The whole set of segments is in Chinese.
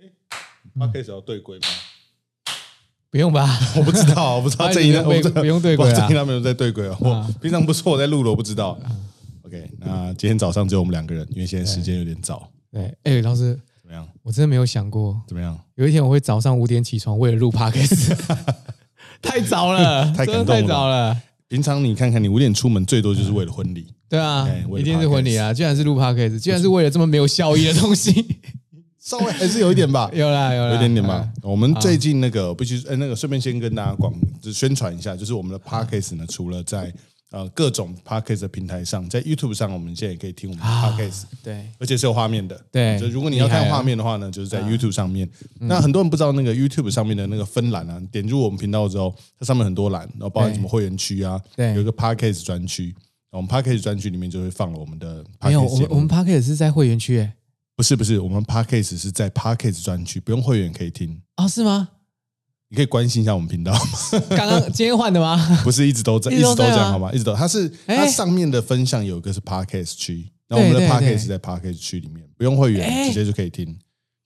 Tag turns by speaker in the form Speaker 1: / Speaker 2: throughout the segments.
Speaker 1: 嗯
Speaker 2: 他可以要对规吗？
Speaker 3: 不用吧？
Speaker 1: 我不知道，我不知道
Speaker 3: 哎
Speaker 1: 正义他
Speaker 3: 不用
Speaker 1: 我知道
Speaker 3: 不用对轨啊
Speaker 1: 我正义他们有在对轨啊。我
Speaker 3: 啊
Speaker 1: 平常不是我在录了，我不知道。OK，那今天早上只有我们两个人，因为现在时间有点早。
Speaker 3: 对，哎、老师，
Speaker 1: 怎么样？
Speaker 3: 我真的没有想过，
Speaker 1: 怎么样？
Speaker 3: 有一天我会早上五点起床，为了录 podcast，太早了，
Speaker 1: 太感
Speaker 3: 真的
Speaker 1: 动
Speaker 3: 太
Speaker 1: 了
Speaker 3: 早了。
Speaker 1: 平常你看看，你五点出门最多就是为了婚礼，
Speaker 3: 对啊
Speaker 1: 哎，为了
Speaker 3: 一定是婚礼啊！居然是录 podcast，居然是为了这么没有效益的东西，。
Speaker 1: 稍微还是有一点吧
Speaker 3: 有啦有啦，
Speaker 1: 有一点点吧
Speaker 3: 啊。。
Speaker 1: 我们最近那个必须，呃，那个顺便先跟大家广就是宣传一下，就是我们的 podcast 呢，除了在呃各种 podcast 的平台上，在 YouTube 上，我们现在也可以听我们的
Speaker 3: 啊
Speaker 1: podcast，
Speaker 3: 对，
Speaker 1: 而且是有画面的。
Speaker 3: 对
Speaker 1: 就如果你要
Speaker 3: 厉害啊
Speaker 1: 看
Speaker 3: 了
Speaker 1: 画面的话呢，就是在 YouTube 上面。
Speaker 3: 嗯
Speaker 1: 那很多人不知道那个 YouTube 上面的那个分栏啊，点入我们频道之后，它上面很多栏，然后包含
Speaker 3: 对
Speaker 1: 什么会员区啊，
Speaker 3: 对
Speaker 1: 有一个 podcast 专区。我们 podcast 专区里面就会放了我们的 podcast
Speaker 3: 没有，我
Speaker 1: 节
Speaker 3: 们
Speaker 1: 目
Speaker 3: 我们 podcast 是在会员区哎诶，
Speaker 1: 不是不是，我们 podcast 是在 podcast 专区，不用会员可以听。
Speaker 3: 哦，是吗？
Speaker 1: 你可以关心一下我们频道，
Speaker 3: 刚刚今天换的吗？
Speaker 1: 不是一直都在，一
Speaker 3: 一直
Speaker 1: 直
Speaker 3: 都
Speaker 1: 都
Speaker 3: 在
Speaker 1: 这
Speaker 3: 吗
Speaker 1: 样好吗？一直都，它是
Speaker 3: 哎
Speaker 1: 它上面的分项有一个是 podcast 区，然后我们
Speaker 3: 对
Speaker 1: 的
Speaker 3: 对
Speaker 1: podcast 在 podcast 区里面，不用会
Speaker 3: 哎
Speaker 1: 员直接就可以听。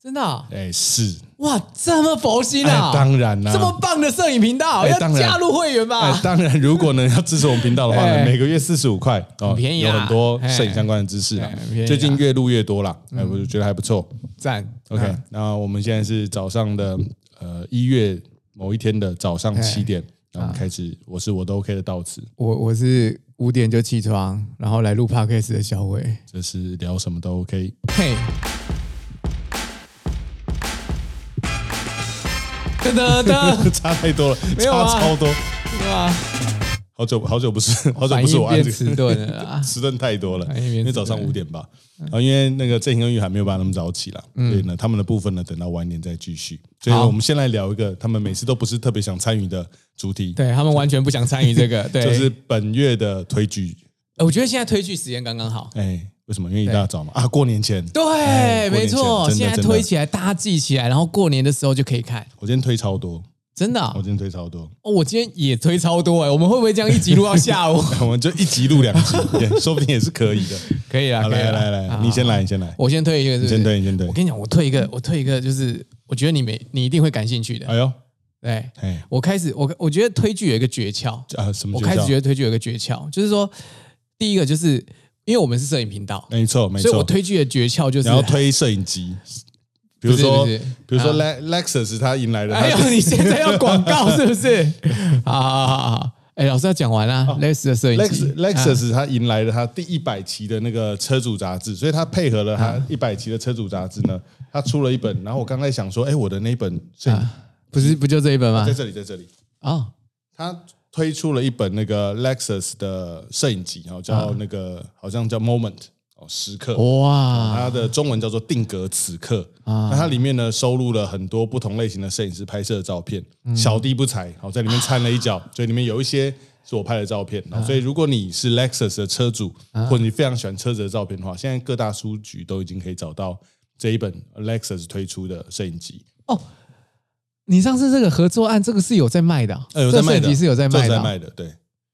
Speaker 3: 真的啊、
Speaker 1: 哎，是，
Speaker 3: 哇，这么佛心啊！
Speaker 1: 哎，当然啦，
Speaker 3: 这么棒的摄影频道，
Speaker 1: 哎
Speaker 3: 要
Speaker 1: 当然
Speaker 3: 加入会员吧
Speaker 1: 哎，？当然，如果呢要支持我们频道的话
Speaker 3: 啊哎
Speaker 1: 呢，每个月四十五块哦，
Speaker 3: 很便宜
Speaker 1: 有
Speaker 3: 啊
Speaker 1: 很多
Speaker 3: 哎
Speaker 1: 摄影相关的知识啊
Speaker 3: 哎很便宜啊。嗯
Speaker 1: 最近越录越多啦，哎，我就觉得还不错。
Speaker 3: 赞
Speaker 1: OK，那我们现在是早上的呃一月某一天的早上
Speaker 3: 哎
Speaker 1: 七点，那
Speaker 3: 啊
Speaker 1: 我们开始，我是我都 OK 的到此，
Speaker 3: 我我是五点就起床，然后来录 podcast 的小伟。
Speaker 1: 这是聊什么都 OK。
Speaker 3: 嘿，噔噔噔，
Speaker 1: 差太多了，
Speaker 3: 没有
Speaker 1: 差
Speaker 3: 啊
Speaker 1: 超多，
Speaker 3: 哇，
Speaker 1: 好久好久不是，好久
Speaker 3: 反
Speaker 1: 不是我
Speaker 3: 应
Speaker 1: 按
Speaker 3: 变
Speaker 1: 这
Speaker 3: 迟
Speaker 1: 个，
Speaker 3: 钝了 啊！
Speaker 1: 迟钝太多了
Speaker 3: 反，应变
Speaker 1: 因为早上
Speaker 3: 迟钝
Speaker 1: 五点吧，然后因为那个郑兴跟玉涵没有办法那么早起了，所以呢，他们的部分呢，等到晚一点再继续。所以
Speaker 3: 嗯好
Speaker 1: 我们先来聊一个他们每次都不是特别想参与的主题，
Speaker 3: 对他们完全不想参与 这个，对，
Speaker 1: 就是本月的推举。
Speaker 3: 呃我觉得现在推剧时间刚刚好。
Speaker 1: 哎，为什么？因为一大早嘛，啊，过年前。
Speaker 3: 对，
Speaker 1: 哎过
Speaker 3: 没
Speaker 1: 年前真
Speaker 3: 错，
Speaker 1: 的
Speaker 3: 现在
Speaker 1: 真的
Speaker 3: 推起来，大家记起来，然后过年的时候就可以看，
Speaker 1: 我今天推超多，
Speaker 3: 真的啊、
Speaker 1: 我今天推超多，
Speaker 3: 哦，我今天也推超多哎、我们会不会这样一集录到 下午？
Speaker 1: 我们就一集录两 集，也说不定也是可以的。
Speaker 3: 可以啦，啊
Speaker 1: 好，
Speaker 3: 可以
Speaker 1: 来
Speaker 3: 啦
Speaker 1: 来来，你先，来，你先来
Speaker 3: 好，我先推一个是不
Speaker 1: 你
Speaker 3: 是，
Speaker 1: 先推，你先推
Speaker 3: 我。跟你讲，我推一个，我推一个，就是我觉得你没，你一定会感兴趣的。
Speaker 1: 哎呦，
Speaker 3: 对，
Speaker 1: 哎，
Speaker 3: 我开始，我我觉得推剧有一个诀窍，
Speaker 1: 啊，什么
Speaker 3: 我
Speaker 1: 诀
Speaker 3: 开始
Speaker 1: 窍？
Speaker 3: 觉得推剧有一个诀窍，就是说，第一个就是因为我们是摄影频道，
Speaker 1: 没哎错，没
Speaker 3: 所以我
Speaker 1: 错。
Speaker 3: 推剧的诀窍就是
Speaker 1: 然后推摄影机，比
Speaker 3: 不
Speaker 1: 如
Speaker 3: 是
Speaker 1: 说，
Speaker 3: 不是啊
Speaker 1: 比如说 Le Lexus，它迎来了
Speaker 3: 哎
Speaker 1: 它
Speaker 3: 呦，你现在要广告是 不是？好好好好好，哎，老师要讲完啦、类似的摄影机
Speaker 1: Lex Lexus
Speaker 3: 啊
Speaker 1: 它迎来了它第一百期的那个车主杂志，所以它配合了
Speaker 3: 啊
Speaker 1: 它一百期的车主杂志呢，它出了一本。然后我刚才想说，哎，我的那本摄
Speaker 3: 啊
Speaker 1: 影
Speaker 3: 不是不就这一本吗
Speaker 1: 在？这里，在这里，
Speaker 3: 哦，
Speaker 1: 它推出了一本那个 Lexus 的摄影集，然后
Speaker 3: 啊
Speaker 1: 叫那个好像叫 Moment 哦，时刻
Speaker 3: 哇，
Speaker 1: 它的中文叫做定格此刻。
Speaker 3: 啊
Speaker 1: 那它里面呢收录了很多不同类型的摄影师拍摄的照片，
Speaker 3: 嗯
Speaker 1: 小弟不才，好在里面掺了一 脚，所以里面有一些是我拍的照片。好所以如果你是 Lexus 的车主，
Speaker 3: 啊
Speaker 1: 或者你非常喜欢车子的照片的话，现在各大书局都已经可以找到这一本 Lexus 推出的摄影集。
Speaker 3: 你上次这个合作案，这个是有在卖的啊、
Speaker 1: 呃，有在卖
Speaker 3: 这摄影
Speaker 1: 的，
Speaker 3: 机是有在卖
Speaker 1: 这
Speaker 3: 的
Speaker 1: 有在
Speaker 3: 啊、
Speaker 1: 卖的，对。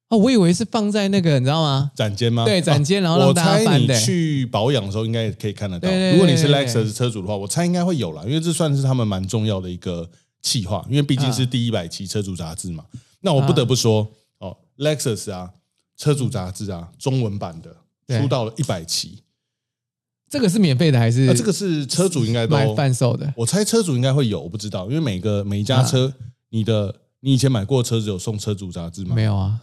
Speaker 3: 哦，我以为是放在那个，你知道吗？
Speaker 1: 展间吗？
Speaker 3: 对展间
Speaker 1: 哦
Speaker 3: 然后让
Speaker 1: 我
Speaker 3: 大家
Speaker 1: 猜
Speaker 3: 翻
Speaker 1: 你
Speaker 3: 的
Speaker 1: 去保养的时候应该也可以看得到
Speaker 3: 对对对。
Speaker 1: 如果你是
Speaker 3: 对对对
Speaker 1: Lexus 车主的话，我猜应该会有啦，因为这算是他们蛮重要的一个企划，因为毕竟
Speaker 3: 嗯
Speaker 1: 是第一百期车主杂志嘛。那我不得不说哦，Lexus 啊，车主杂志啊，中文版的
Speaker 3: 对
Speaker 1: 出到了一百期，
Speaker 3: 这个是免费的还是？
Speaker 1: 那啊这个是车主应该都
Speaker 3: 买贩售的
Speaker 1: 我猜车主应该会有，我不知道，因为每个每一
Speaker 3: 啊
Speaker 1: 家车，你的你以前买过车子有送车主杂志吗？
Speaker 3: 没有啊？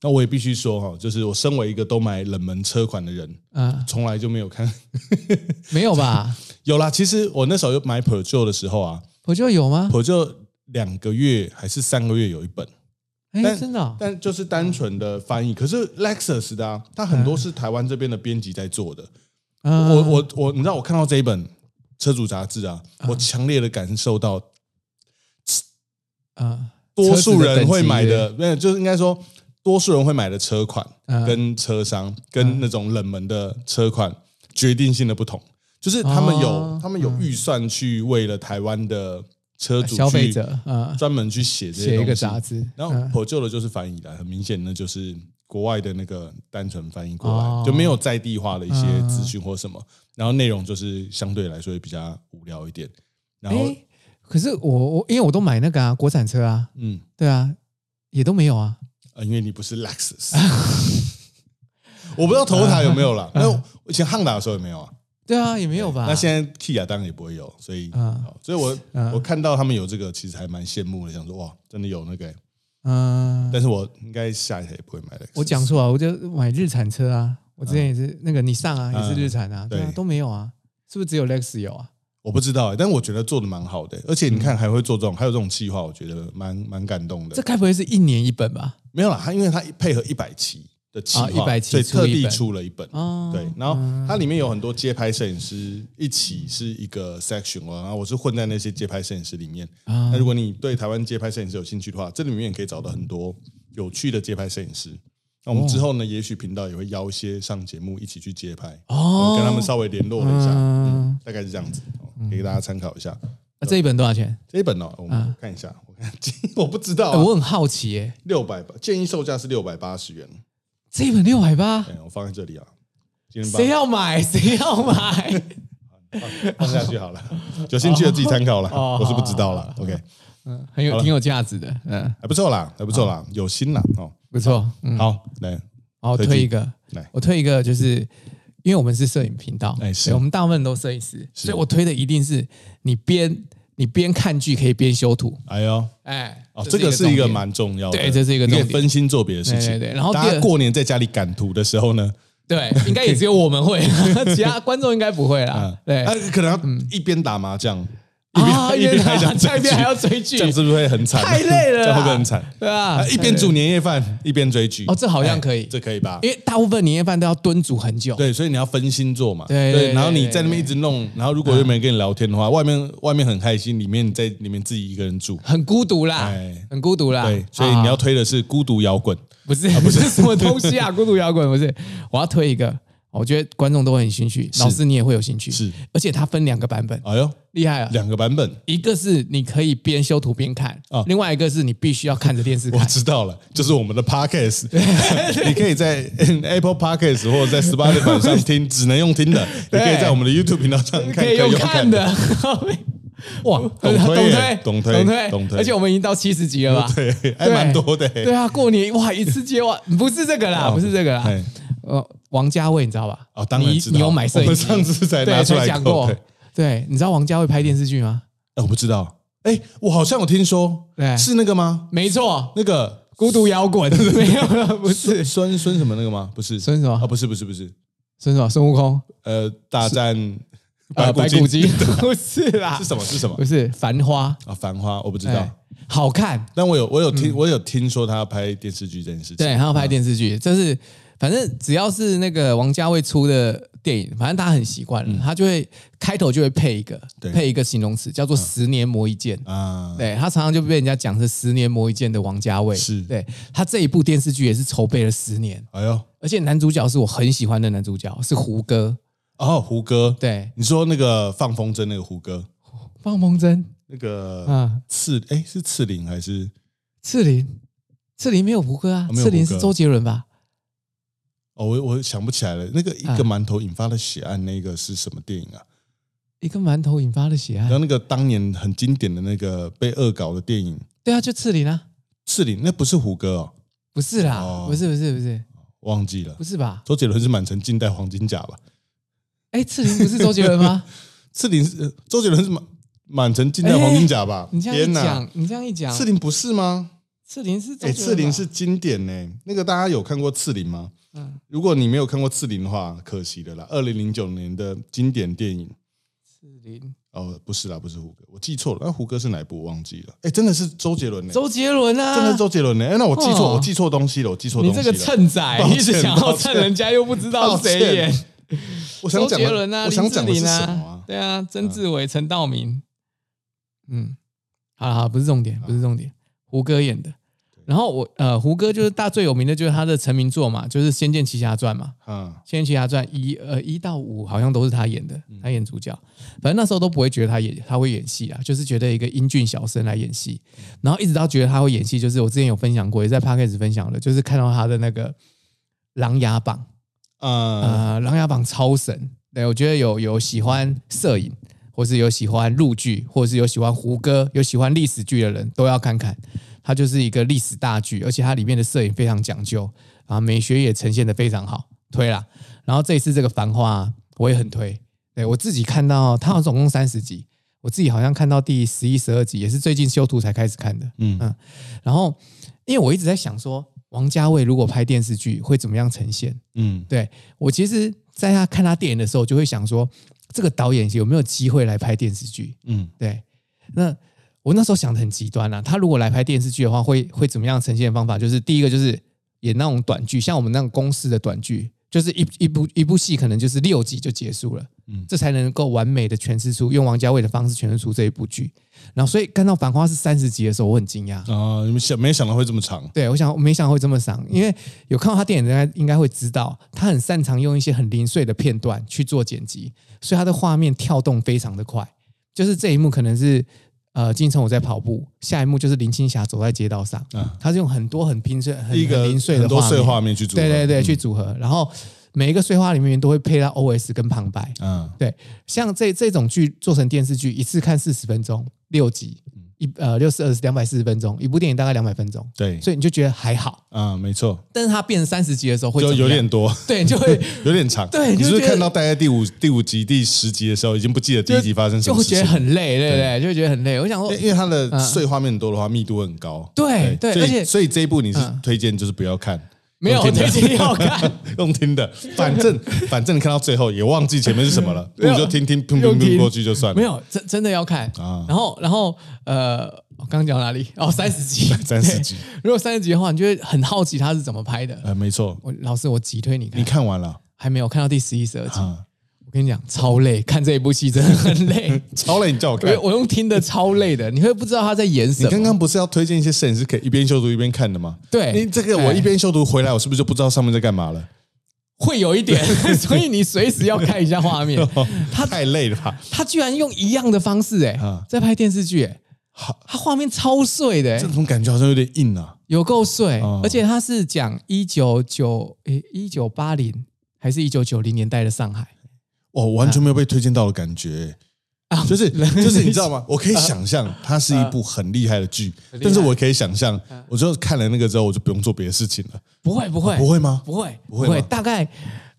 Speaker 1: 那我也必须说哈，就是我身为一个都买冷门车款的人，
Speaker 3: 啊，
Speaker 1: 从来就没有看。
Speaker 3: 没有吧？
Speaker 1: 有啦，其实我那时候有买 p e r j o 的时候啊
Speaker 3: 我就有吗？
Speaker 1: p e r j o 两个月还是三个月有一本，
Speaker 3: 哎，
Speaker 1: 但
Speaker 3: 真的哦、
Speaker 1: 但就是单纯的翻译。可是 Lexus 的啊，它很多是台湾这边的编辑在做的。
Speaker 3: 啊
Speaker 1: 我我我，你知道我看到这一本车主杂志啊，
Speaker 3: 嗯
Speaker 1: 我强烈的感受到
Speaker 3: 啊，
Speaker 1: 多数人会买
Speaker 3: 车子的等级，
Speaker 1: 的，没有，就是应该说多数人会买的车款
Speaker 3: 嗯
Speaker 1: 跟车商跟那种冷门的车款决定性的不同，就是他们
Speaker 3: 哦
Speaker 1: 有他们有预算去为了台湾的车主
Speaker 3: 消费
Speaker 1: 去
Speaker 3: 者啊，
Speaker 1: 专门去写这些
Speaker 3: 写一
Speaker 1: 东
Speaker 3: 个
Speaker 1: 西。
Speaker 3: 杂志，嗯
Speaker 1: 然后破旧的就是翻译的，很明显那就是国外的那个单纯翻译过
Speaker 3: 哦嗯
Speaker 1: 来，就没有在地化的一些资讯或什么，然后内容就是相对来说也比较无聊一点。然后
Speaker 3: 哎，可是我我因为我都买那个啊，国产车啊，
Speaker 1: 嗯，
Speaker 3: 对啊，也都没有啊。
Speaker 1: 呃，因为你不是 Lexus，我不知道 Toyota 有没有
Speaker 3: 嗯
Speaker 1: 啦，那以前 Honda 的时候有没有啊？
Speaker 3: 对啊，也没有吧？
Speaker 1: 那现在 Kia 当然也不会有，所以，
Speaker 3: 嗯
Speaker 1: 好所以我
Speaker 3: 嗯
Speaker 1: 我看到他们有这个，其实还蛮羡慕的，想说哇，真的有那个欸，
Speaker 3: 嗯、
Speaker 1: 但是我应该下一台也不会买 Lexus。
Speaker 3: 我讲错啊，我就买日产车啊，我之前也是、那个你上啊，也是日产啊，对啊，
Speaker 1: 嗯对
Speaker 3: 都没有啊，是不是只有 Lex 有啊？
Speaker 1: 我不知道欸，但我觉得做的蛮好的欸，而且
Speaker 3: 嗯
Speaker 1: 你看还会做这种，还有这种计划，我觉得蛮蛮感动的
Speaker 3: 这。该不会是一年一本吧？
Speaker 1: 没有啦，他因为他配合一百期的企划，
Speaker 3: 啊100期
Speaker 1: 所以
Speaker 3: 出
Speaker 1: 特
Speaker 3: 一
Speaker 1: 地
Speaker 3: 本
Speaker 1: 出了一本。
Speaker 3: 哦，
Speaker 1: 对，然后它里面有很多街拍摄影师一起是一个 section，然哦后我是混在那些街拍摄影师里面。
Speaker 3: 啊
Speaker 1: 那如果你对台湾街拍摄影师有兴趣的话，这里面也可以找到很多有趣的街拍摄影师。那我们
Speaker 3: 哦
Speaker 1: 之后呢，也许频道也会邀一些上节目一起去街拍，我
Speaker 3: 哦，
Speaker 1: 跟他们稍微联络了一下，
Speaker 3: 嗯
Speaker 1: 嗯大概是这样子，哦给大家参考一下。
Speaker 3: 啊这一本多少钱？
Speaker 1: 这一本哦，我们看一下，我看 我不知道
Speaker 3: 啊哎
Speaker 1: 啊，
Speaker 3: 我很好奇耶、
Speaker 1: 六百吧，建议售价是六百八十元。
Speaker 3: 这一本六百八，
Speaker 1: 哎，我放在这里啊，今天把
Speaker 3: 谁要买？谁要买？
Speaker 1: 放下去好了，有兴趣的自己参考了，
Speaker 3: 哦
Speaker 1: 我是不知道了。OK，
Speaker 3: 嗯，很有挺有价值的，嗯，
Speaker 1: 还不错啦，还不错啦，有心啦哦。
Speaker 3: 不错，啊嗯，
Speaker 1: 好，来，
Speaker 3: 好，我
Speaker 1: 推
Speaker 3: 推
Speaker 1: 荐
Speaker 3: 一个
Speaker 1: 来，
Speaker 3: 我推一个，就是因为我们是摄影频道，
Speaker 1: 哎是
Speaker 3: 对我们大部分都摄影师，所以我推的一定是你边你边看剧可以边修图，
Speaker 1: 哎呦，
Speaker 3: 哎，
Speaker 1: 哦，这个是一个
Speaker 3: 重点
Speaker 1: 蛮重要的，
Speaker 3: 对这是一个
Speaker 1: 你可以
Speaker 3: 重点
Speaker 1: 分心做别的事情。
Speaker 3: 对对对然后第二
Speaker 1: 大家过年在家里赶图的时候呢，
Speaker 3: 对，应该也只有我 们会，其他观众应该不会啦
Speaker 1: 啊，，
Speaker 3: 对嗯
Speaker 1: 啊，可能要一边打麻将，
Speaker 3: 啊，
Speaker 1: 一边一边还想
Speaker 3: 这一边还要
Speaker 1: 追
Speaker 3: 追
Speaker 1: 剧，
Speaker 3: 剧
Speaker 1: 这，样是不是会很惨？
Speaker 3: 太累了啦
Speaker 1: 这样会不会很惨？
Speaker 3: 对啊
Speaker 1: 啊，，一边煮年夜饭一边追剧，
Speaker 3: 哦这好像
Speaker 1: 哎
Speaker 3: 可以
Speaker 1: 这可以吧？
Speaker 3: 因为大部分年夜饭都要蹲煮很久，
Speaker 1: 对，所以你要分心做嘛。
Speaker 3: 对对对啊
Speaker 1: 然后你在那边一直弄，然后如果又没人跟你聊天的话，外面外面很开心，里面你在里面自己一个人住。
Speaker 3: 很孤独啦
Speaker 1: 哎，
Speaker 3: 很孤独啦，
Speaker 1: 对，所以你
Speaker 3: 啊
Speaker 1: 要推的是孤独摇滚。
Speaker 3: 不是、
Speaker 1: 啊
Speaker 3: 不是什么东西啊，孤独摇滚不是，我要推一个，我觉得观众都会很兴趣，老师你也会有兴趣，
Speaker 1: 是，
Speaker 3: 而且它分两个版本，
Speaker 1: 哎呦，
Speaker 3: 厉害啊！
Speaker 1: 两个版 本，
Speaker 3: 一个是你可以边修图边看，
Speaker 1: 哦
Speaker 3: 另外一个是你必须要看着电视
Speaker 1: 我
Speaker 3: 看。
Speaker 1: 知道了，就是我们的 podcast，你 可以在 Apple podcast 或者在 Spotify 上听，只能用听的。你
Speaker 3: 对
Speaker 1: 可以在我们的 YouTube 频道上看，
Speaker 3: 可以用看的。， 哇，
Speaker 1: 推
Speaker 3: 懂推
Speaker 1: 耶
Speaker 3: 懂
Speaker 1: 懂推
Speaker 3: 推
Speaker 1: 懂推
Speaker 3: 而且我们已经到七十集了吧？
Speaker 1: 对，还蛮多的。
Speaker 3: 对啊，过年哇， 一次接完，不是这个啦，
Speaker 1: 哦
Speaker 3: 不是这个啦
Speaker 1: 哎。
Speaker 3: 呃，王家卫你知道吧？
Speaker 1: 哦，当然
Speaker 3: 你
Speaker 1: 知道，
Speaker 3: 你有买摄
Speaker 1: 我
Speaker 3: 影
Speaker 1: 们
Speaker 3: 机？
Speaker 1: 上次才拿
Speaker 3: 对，
Speaker 1: 出
Speaker 3: 才
Speaker 1: 来
Speaker 3: 讲过
Speaker 1: 对。
Speaker 3: 对，你知道王家卫拍电视剧吗？
Speaker 1: 哎我不知道，哎，我好像有听说
Speaker 3: 对，
Speaker 1: 是那个吗？
Speaker 3: 没错，
Speaker 1: 那个
Speaker 3: 孤独摇滚没有了， 不是
Speaker 1: 孙孙什么那个吗？不是
Speaker 3: 孙什么
Speaker 1: 啊？不是不是不是，
Speaker 3: 孙什么孙悟空，
Speaker 1: 呃，大战
Speaker 3: 呃，白
Speaker 1: 骨
Speaker 3: 骨精 不是啦
Speaker 1: 是，什么是什么
Speaker 3: 不是繁花，
Speaker 1: 啊？繁花我不知
Speaker 3: 哎
Speaker 1: 道，，
Speaker 3: 好看，
Speaker 1: 但我有我有听我有听说他要拍电视剧这件事情。
Speaker 3: 对，还要拍电视剧，这是反正只要是那个王家卫出的电影，反正大家很习惯了，他就会开头就会配一个
Speaker 1: 对
Speaker 3: 配一个形容词，叫做十年磨一剑。
Speaker 1: 啊，
Speaker 3: 对他常常就被人家讲是十年磨一剑的王家卫，
Speaker 1: 是
Speaker 3: 对他这一部电视剧也是筹备了十年，
Speaker 1: 哎呦，
Speaker 3: 而且男主角是我很喜欢的男主角，是胡歌，
Speaker 1: 哦，胡歌，
Speaker 3: 对，
Speaker 1: 你说那个放风筝那个胡歌，
Speaker 3: 方鹏真，
Speaker 1: 那个
Speaker 3: 嗯，
Speaker 1: 刺哎是刺陵还是
Speaker 3: 赤林，赤林没有胡歌啊
Speaker 1: 哦，没有
Speaker 3: 赤林
Speaker 1: 胡歌
Speaker 3: 是周杰伦吧？
Speaker 1: 哦我我想不起来了，那个一
Speaker 3: 啊
Speaker 1: 个馒头引发的血案那个是什么电影啊？
Speaker 3: 一个馒头引发的血啊
Speaker 1: 然
Speaker 3: 案
Speaker 1: 后，那个当年很经典的那个被恶搞的电影
Speaker 3: 对啊，就赤林啊，
Speaker 1: 刺陵，那不是胡歌哦，
Speaker 3: 不是啦，
Speaker 1: 哦
Speaker 3: 不是不是不是
Speaker 1: 忘记了
Speaker 3: 不。是吧？
Speaker 1: 周杰伦是满城尽带黄金甲吧？
Speaker 3: 哎，赤林不是周杰伦 吗？
Speaker 1: 赤林是呃周杰伦是满满城尽带黄金甲吧？
Speaker 3: 哎你这样一
Speaker 1: 天哪，
Speaker 3: 讲，你这样一讲，
Speaker 1: 赤林不是吗？
Speaker 3: 赤林是周
Speaker 1: 哎，
Speaker 3: 杰伦吧
Speaker 1: 赤林是经典呢、那个大家有看过赤林吗？
Speaker 3: 嗯
Speaker 1: 如果你没有看过赤林的话，可惜了啦。二零零九年的经典电影
Speaker 3: 赤林，
Speaker 1: 哦，不是啦，不是胡歌，我记错了。那胡歌是哪一部？我忘记了。哎，真的是周杰伦呢、
Speaker 3: 周杰伦啊，
Speaker 1: 真的是周杰伦呢、哎，那我记错，
Speaker 3: 哦
Speaker 1: 我记错东西了，我记错东
Speaker 3: 你
Speaker 1: 西了。
Speaker 3: 这个蹭仔，
Speaker 1: 抱歉
Speaker 3: 一直想要
Speaker 1: 抱
Speaker 3: 蹭
Speaker 1: 歉
Speaker 3: 人家，又不知道谁演
Speaker 1: 抱 我想
Speaker 3: 周
Speaker 1: 讲
Speaker 3: 杰
Speaker 1: 的，
Speaker 3: 伦啊，
Speaker 1: 我
Speaker 3: 林
Speaker 1: 想
Speaker 3: 志
Speaker 1: 讲的是
Speaker 3: 玲
Speaker 1: 什么啊
Speaker 3: 啊？，对啊，曾志伟、陈道明，嗯，好了好了，不是重点，不是重点，胡歌演的。然后我呃，胡歌就是大最有名的就是他的成名作嘛，就是《仙剑奇侠传》嘛，
Speaker 1: 嗯
Speaker 3: 《仙剑奇侠传》一呃一到五好像都是他演的，
Speaker 1: 嗯
Speaker 3: 他演主角。反正那时候都不会觉得他演他会演戏啊，就是觉得一个英俊小生来演戏。
Speaker 1: 嗯
Speaker 3: 然后一直到觉得他会演戏，就是我之前有分享过，也在 p a c k a g e 分享的，就是看到他的那个《琅琊榜》。
Speaker 1: 嗯
Speaker 3: 呃，《琅琊榜》超神。对，我觉得有有喜欢摄影或是有喜欢陆剧，或是有喜欢胡歌、有喜欢历史剧的人都要看看。它就是一个历史大剧，而且它里面的摄影非常讲究啊，美学也呈现的非常好，推啦。然后这一次这个《繁花》我也很推，对我自己看到它好像总共三十集，我自己好像看到第十一、十二集，也是最近修图才开始看的。
Speaker 1: 嗯
Speaker 3: 嗯，然后因为我一直在想说，王家卫如果拍电视剧会怎么样呈现？
Speaker 1: 嗯
Speaker 3: 对我其实在他看他电影的时候，就会想说，这个导演有没有机会来拍电视剧？
Speaker 1: 嗯
Speaker 3: 对，那我那时候想的很极端啊啦、他如果来拍电视剧的话，会会怎么样呈现方法？就是第一个就是演那种短剧，像我们那种公式的短剧，就是一一部一部戏可能就是六集就结束了，
Speaker 1: 嗯
Speaker 3: 这才能够完美的诠释出用王家卫的方式诠释出这一部剧。然后所以看到《繁花》是三十集的时候，我很惊讶。
Speaker 1: 啊，你们想没想到会这么长？
Speaker 3: 对，我想我没想到会这么长，因为有看到他电影的人应该会知道，他很擅长用一些很零碎的片段去做剪辑，所以他的画面跳动非常的快。就是这一幕可能是呃金城武在跑步，下一幕就是林青霞走在街道上，
Speaker 1: 啊
Speaker 3: 他是用很多很拼碎、很
Speaker 1: 一个
Speaker 3: 很零碎的
Speaker 1: 很多碎
Speaker 3: 面，
Speaker 1: 画面去组啊合，嗯
Speaker 3: 对对对，去组合，然后每一个碎花里面都会配到 OS 跟旁白，
Speaker 1: 嗯，
Speaker 3: 对，像这这种剧做成电视剧，一次看四十分钟，六集。
Speaker 1: 嗯
Speaker 3: 一呃六四二十两百四十分钟，一部电影大概两百分钟，
Speaker 1: 对，
Speaker 3: 所以你就觉得还好。
Speaker 1: 啊，没错，
Speaker 3: 但是它变三十集的时候会
Speaker 1: 就
Speaker 3: 怎么
Speaker 1: 有
Speaker 3: 样
Speaker 1: 点多，
Speaker 3: 对，你就会
Speaker 1: 有点长。
Speaker 3: 对
Speaker 1: 你
Speaker 3: 就是
Speaker 1: 不是
Speaker 3: 觉得
Speaker 1: 看到大概第五、第五集、第十集的时候，已经不记得第一集发生什
Speaker 3: 就
Speaker 1: 么
Speaker 3: 会
Speaker 1: 事
Speaker 3: 觉得
Speaker 1: 情？哎
Speaker 3: 很累，对不对？就会觉得很嗯累。我想说
Speaker 1: 因为，因为它的碎画面很多的话，密度很高。
Speaker 3: 对对
Speaker 1: 所以
Speaker 3: 而且
Speaker 1: 所以这一部你是
Speaker 3: 嗯
Speaker 1: 推荐就是不要看，
Speaker 3: 没有
Speaker 1: 用听的
Speaker 3: 我推荐要 看，
Speaker 1: 用听的，反正反正你看到最后也忘记前面是什么了，不
Speaker 3: 没有
Speaker 1: 如就听听砰砰
Speaker 3: 用听
Speaker 1: 砰过去就算了。
Speaker 3: 没有真真的要看
Speaker 1: 啊。
Speaker 3: 然后，然后呃，我刚讲到哪里？ 哦，三十集，
Speaker 1: 三十集
Speaker 3: 对。如果三十集的话，你就会很好奇它是怎么拍的。
Speaker 1: 呃，没错，
Speaker 3: 我老师，我急推你
Speaker 1: 你
Speaker 3: 看，
Speaker 1: 看完了
Speaker 3: 还没有看到第十一、十二集。
Speaker 1: 啊？
Speaker 3: 我跟你讲，超累，看这一部戏真的 很累。
Speaker 1: 超累，你叫我看
Speaker 3: 我。我用听的超累的，你会不知道他在演什
Speaker 1: 你
Speaker 3: 么。
Speaker 1: 刚刚不是要推荐一些摄影师可以一边修图一边看的吗？
Speaker 3: 对哎
Speaker 1: 你这个我一边修图回来，我是不是就不知道上面在干嘛了？
Speaker 3: 会有 一点，所以你随时要看一下画面。
Speaker 1: 哦
Speaker 3: 他
Speaker 1: 太累了吧？
Speaker 3: 他居然用一样的方式、哎、
Speaker 1: 啊
Speaker 3: 在拍电视剧、哎，
Speaker 1: 好，
Speaker 3: 他画面超碎的、哎
Speaker 1: 这种感觉好像有点硬啊。
Speaker 3: 有够碎，
Speaker 1: 哦
Speaker 3: 而且他是讲一九九诶一九八零还是一九九零年代的上海，
Speaker 1: 哦我完全没有被推荐到的感觉、
Speaker 3: 啊
Speaker 1: 就是就是你知道吗？我可以想象它是一部很厉害的剧，
Speaker 3: 啊很厉害
Speaker 1: 但
Speaker 3: 啊
Speaker 1: 是我可以想象，我就看了那个之后，我就不用做别的事情了，
Speaker 3: 不会不会、
Speaker 1: 不会吗？
Speaker 3: 不会
Speaker 1: 不会吗
Speaker 3: 大概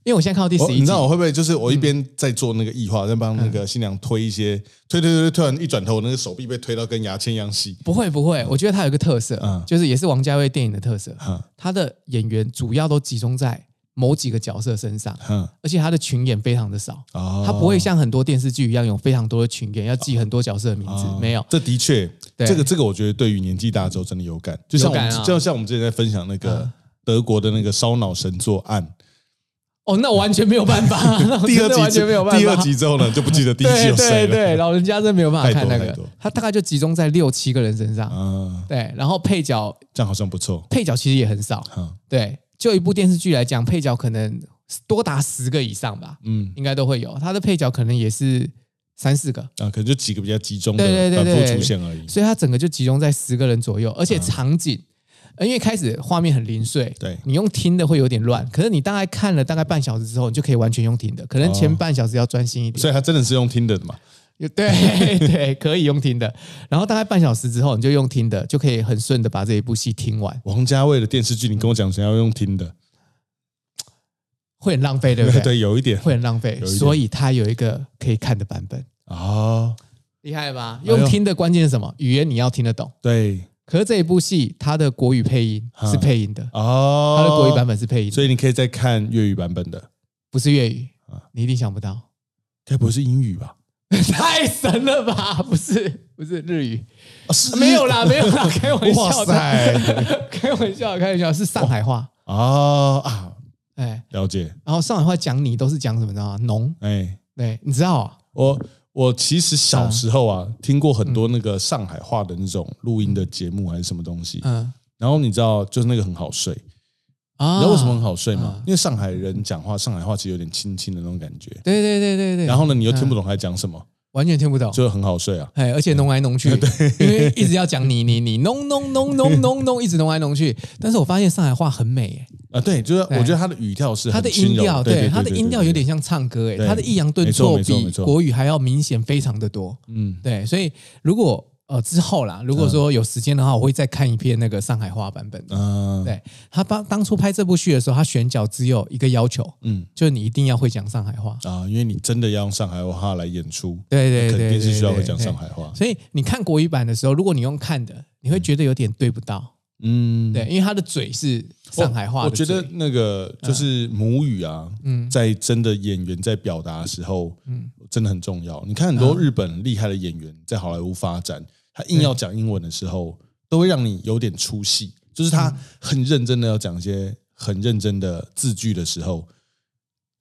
Speaker 3: 因为我现在看到第
Speaker 1: 我
Speaker 3: 十一
Speaker 1: 哦你知
Speaker 3: 集，
Speaker 1: 道我会不会就是我一边在做那个异化，在帮那个新娘推一
Speaker 3: 嗯
Speaker 1: 些推推推推，突然一转头，我那个手臂被推到跟牙签一样细，
Speaker 3: 不会不会，我觉得他有一个特色，
Speaker 1: 嗯
Speaker 3: 就是也是王家卫电影的特色，
Speaker 1: 嗯
Speaker 3: 他的演员主要都集中在某几个角色身上，
Speaker 1: 哼
Speaker 3: 而且他的群演非常的少。
Speaker 1: 哦
Speaker 3: 他不会像很多电视剧一样有非常多的群演，要记很多角色的名字
Speaker 1: 哦，
Speaker 3: 没有。
Speaker 1: 这的确，
Speaker 3: 对
Speaker 1: 这个这个，我觉得对于年纪大之后真的有感，就像我们
Speaker 3: 有感啊嗯
Speaker 1: 就像我们之前在分享那个德国的那个烧脑神作 案，
Speaker 3: 哦，那完全没有办法，
Speaker 1: 第二
Speaker 3: 真的
Speaker 1: 集
Speaker 3: 完全没有办法。
Speaker 1: 第二集之后呢就不记 得第一集
Speaker 3: 对
Speaker 1: 有谁
Speaker 3: 对
Speaker 1: 了。
Speaker 3: 对，老人家真没有办法看那
Speaker 1: 太
Speaker 3: 个
Speaker 1: 多太多，
Speaker 3: 他大概就集中在六七个人身上。
Speaker 1: 啊，
Speaker 3: 对，然后配角
Speaker 1: 这样好像不错。
Speaker 3: 配角其实也很少。
Speaker 1: 嗯
Speaker 3: 对，就一部电视剧来讲，配角可能多达十个以上吧，
Speaker 1: 嗯
Speaker 3: 应该都会有。他的配角可能也是三四个，
Speaker 1: 啊，可能就几个比较集中的
Speaker 3: 对对
Speaker 1: 反
Speaker 3: 对
Speaker 1: 复
Speaker 3: 对
Speaker 1: 出现而已。
Speaker 3: 所以他整个就集中在十个人左右，而且
Speaker 1: 嗯
Speaker 3: 场景。呃因为开始画面很零碎，
Speaker 1: 对
Speaker 3: 你用听的会有点乱，可是你大概看了大概半小时之后，你就可以完全用听的，可能前
Speaker 1: 哦
Speaker 3: 半小时要专心一点。
Speaker 1: 所以他真的是用听的嘛？
Speaker 3: 对对，可以用听的。然后大概半小时之后，你就用听的，就可以很顺的把这一部戏听完，
Speaker 1: 王家卫的电视剧，你跟我讲想要用听的，
Speaker 3: 会很浪费，对不
Speaker 1: 对
Speaker 3: 对？
Speaker 1: 对，有一点
Speaker 3: 会很浪费，
Speaker 1: 有一点
Speaker 3: 所以它有一个可以看的版本，
Speaker 1: 啊，
Speaker 3: 厉害吧？
Speaker 1: 呦
Speaker 3: 用听的关键是什么？语言你要听得懂。
Speaker 1: 对
Speaker 3: 可是这一部戏它的国语配音是配音的，啊
Speaker 1: 哦，
Speaker 3: 它的国语版，本是配音的，
Speaker 1: 所以你可以再看粤语版本的，
Speaker 3: 不是粤语，你一定想不到，
Speaker 1: 该不会是英语吧？
Speaker 3: 太神了吧？ 不是，不是日语，
Speaker 1: 啊是
Speaker 3: 没有 啦，没有啦，开玩笑
Speaker 1: 哇
Speaker 3: 的，
Speaker 1: 塞！
Speaker 3: 开玩笑，开玩笑，是上海话，
Speaker 1: 哦啊，
Speaker 3: 哎。
Speaker 1: 了解。
Speaker 3: 然后上海话讲你都是讲什么呢？农，
Speaker 1: 哎，
Speaker 3: 对，你知道、啊？
Speaker 1: 我我其实小时候啊，听过很多那个上海话的那种录音的节目还是什么东西。
Speaker 3: 嗯
Speaker 1: 然后你知道，就是那个很好睡，你
Speaker 3: 啊，
Speaker 1: 知道为什么很？好睡吗
Speaker 3: 啊？
Speaker 1: 因为上海人讲话，上海话其实有点轻轻的那种感觉。
Speaker 3: 对对对对对，啊
Speaker 1: 然后呢，你又听不懂他在讲什么，
Speaker 3: 完全听不懂。
Speaker 1: 就很好睡啊。
Speaker 3: 哎，而且弄来弄去，因为 一直要讲你你你弄弄弄弄弄弄，一直弄来弄去。但是我发现上海话很美，
Speaker 1: 啊，
Speaker 3: 哎
Speaker 1: 对，就是我觉得他的语调是
Speaker 3: 他
Speaker 1: 很
Speaker 3: 的
Speaker 1: 轻
Speaker 3: 音
Speaker 1: 柔
Speaker 3: 调，
Speaker 1: 对对
Speaker 3: 他的
Speaker 1: 对对
Speaker 3: 音调
Speaker 1: 对
Speaker 3: 有点像唱歌，哎，
Speaker 1: 对
Speaker 3: 他的抑扬顿
Speaker 1: 没错
Speaker 3: 挫
Speaker 1: 没错
Speaker 3: 比
Speaker 1: 没错
Speaker 3: 国语还要明显，非常的多。
Speaker 1: 嗯，
Speaker 3: 对，所以如果呃之后啦，如果说有时间的话，我会再看一遍那个上海话版本的。
Speaker 1: 嗯
Speaker 3: 对他当当初拍这部剧的时候，他选角只有一个要求，
Speaker 1: 嗯
Speaker 3: 就是你一定要会讲上海话。
Speaker 1: 啊，因为你真的要用上海话来演出，
Speaker 3: 对对对
Speaker 1: 肯
Speaker 3: 对，
Speaker 1: 定是需要会
Speaker 3: 对
Speaker 1: 讲
Speaker 3: 对
Speaker 1: 上海话。
Speaker 3: 所以你看国语版的时候，如果你用看的，你会觉得有点对不到，
Speaker 1: 嗯，
Speaker 3: 对，因为他的嘴是上海话
Speaker 1: 我
Speaker 3: 的
Speaker 1: 觉
Speaker 3: 嘴嗯
Speaker 1: 得那个就是母语啊，在真的演员在表达的时候，
Speaker 3: 嗯
Speaker 1: 真的很重要。你看很多日本厉害的演员在好莱坞发展，他硬要讲英文的时候，都会让你有点出戏。就是他
Speaker 3: 嗯
Speaker 1: 很认真的要讲一些很认真的字句的时候，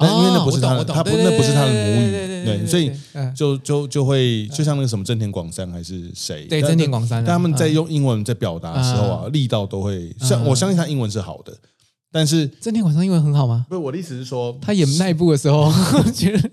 Speaker 1: 但因为那不是他
Speaker 3: 哦我
Speaker 1: 的，
Speaker 3: 懂
Speaker 1: 他不
Speaker 3: 我懂
Speaker 1: 那不是他的
Speaker 3: 对
Speaker 1: 母
Speaker 3: 对
Speaker 1: 语
Speaker 3: 对对对，对
Speaker 1: 对，所以
Speaker 3: 对嗯
Speaker 1: 就就就会就像那个什么真田广三还是谁，
Speaker 3: 对
Speaker 1: 但
Speaker 3: 真田广三啊嗯
Speaker 1: 但他们在用英文在表达的时候啊，力道都会像我相信他英文是好的，但是
Speaker 3: 真田广三英文很好吗？
Speaker 1: 不是我的意思是说，
Speaker 3: 他演那一部的时候， 我觉得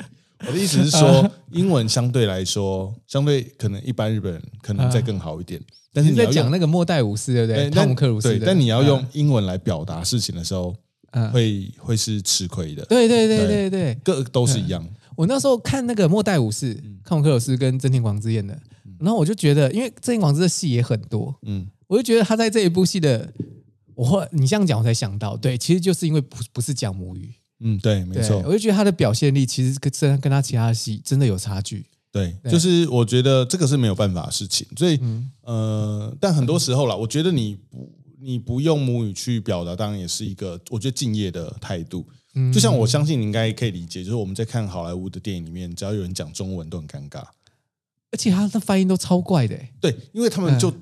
Speaker 1: 我的意思是
Speaker 3: 嗯
Speaker 1: 说，英文相对来说，相对可能一般日本人可能再更好一点，但是
Speaker 3: 嗯你
Speaker 1: 你
Speaker 3: 在
Speaker 1: 要
Speaker 3: 讲
Speaker 1: 用
Speaker 3: 那个末代武士，对不
Speaker 1: 对
Speaker 3: 对？汤姆
Speaker 1: 但
Speaker 3: 克鲁斯
Speaker 1: 对，
Speaker 3: 的，
Speaker 1: 但你要
Speaker 3: 嗯
Speaker 1: 用英文来表达事情的时候
Speaker 3: 嗯，
Speaker 1: 会会是吃亏的，
Speaker 3: 对嗯对对对
Speaker 1: 对
Speaker 3: 对，
Speaker 1: 各都是一样，
Speaker 3: 我那时候看那个《末代武士》，
Speaker 1: 嗯
Speaker 3: 汤姆克鲁斯跟真田广之演的，然后我就觉得，因为真田广之的戏也很多，
Speaker 1: 嗯
Speaker 3: 我就觉得他在这一部戏的，我后你这样讲我才想到，对，其实就是因为不不是讲母语，
Speaker 1: 嗯，对，没
Speaker 3: 对
Speaker 1: 错，
Speaker 3: 我就觉得他的表现力其实跟真的跟他其他的戏真的有差距，
Speaker 1: 对，就是我觉得这个是没有办法的事情，所以、呃，但很多时候啦，我觉得你不你不用母语去表达，当然也是一个我觉得敬业的态度。
Speaker 3: 嗯
Speaker 1: 就像我相信你应该可以理解，就是我们在看好莱坞的电影里面，只要有人讲中文都很尴尬，
Speaker 3: 而且他的发音都超怪的、欸
Speaker 1: 对，因为他们就、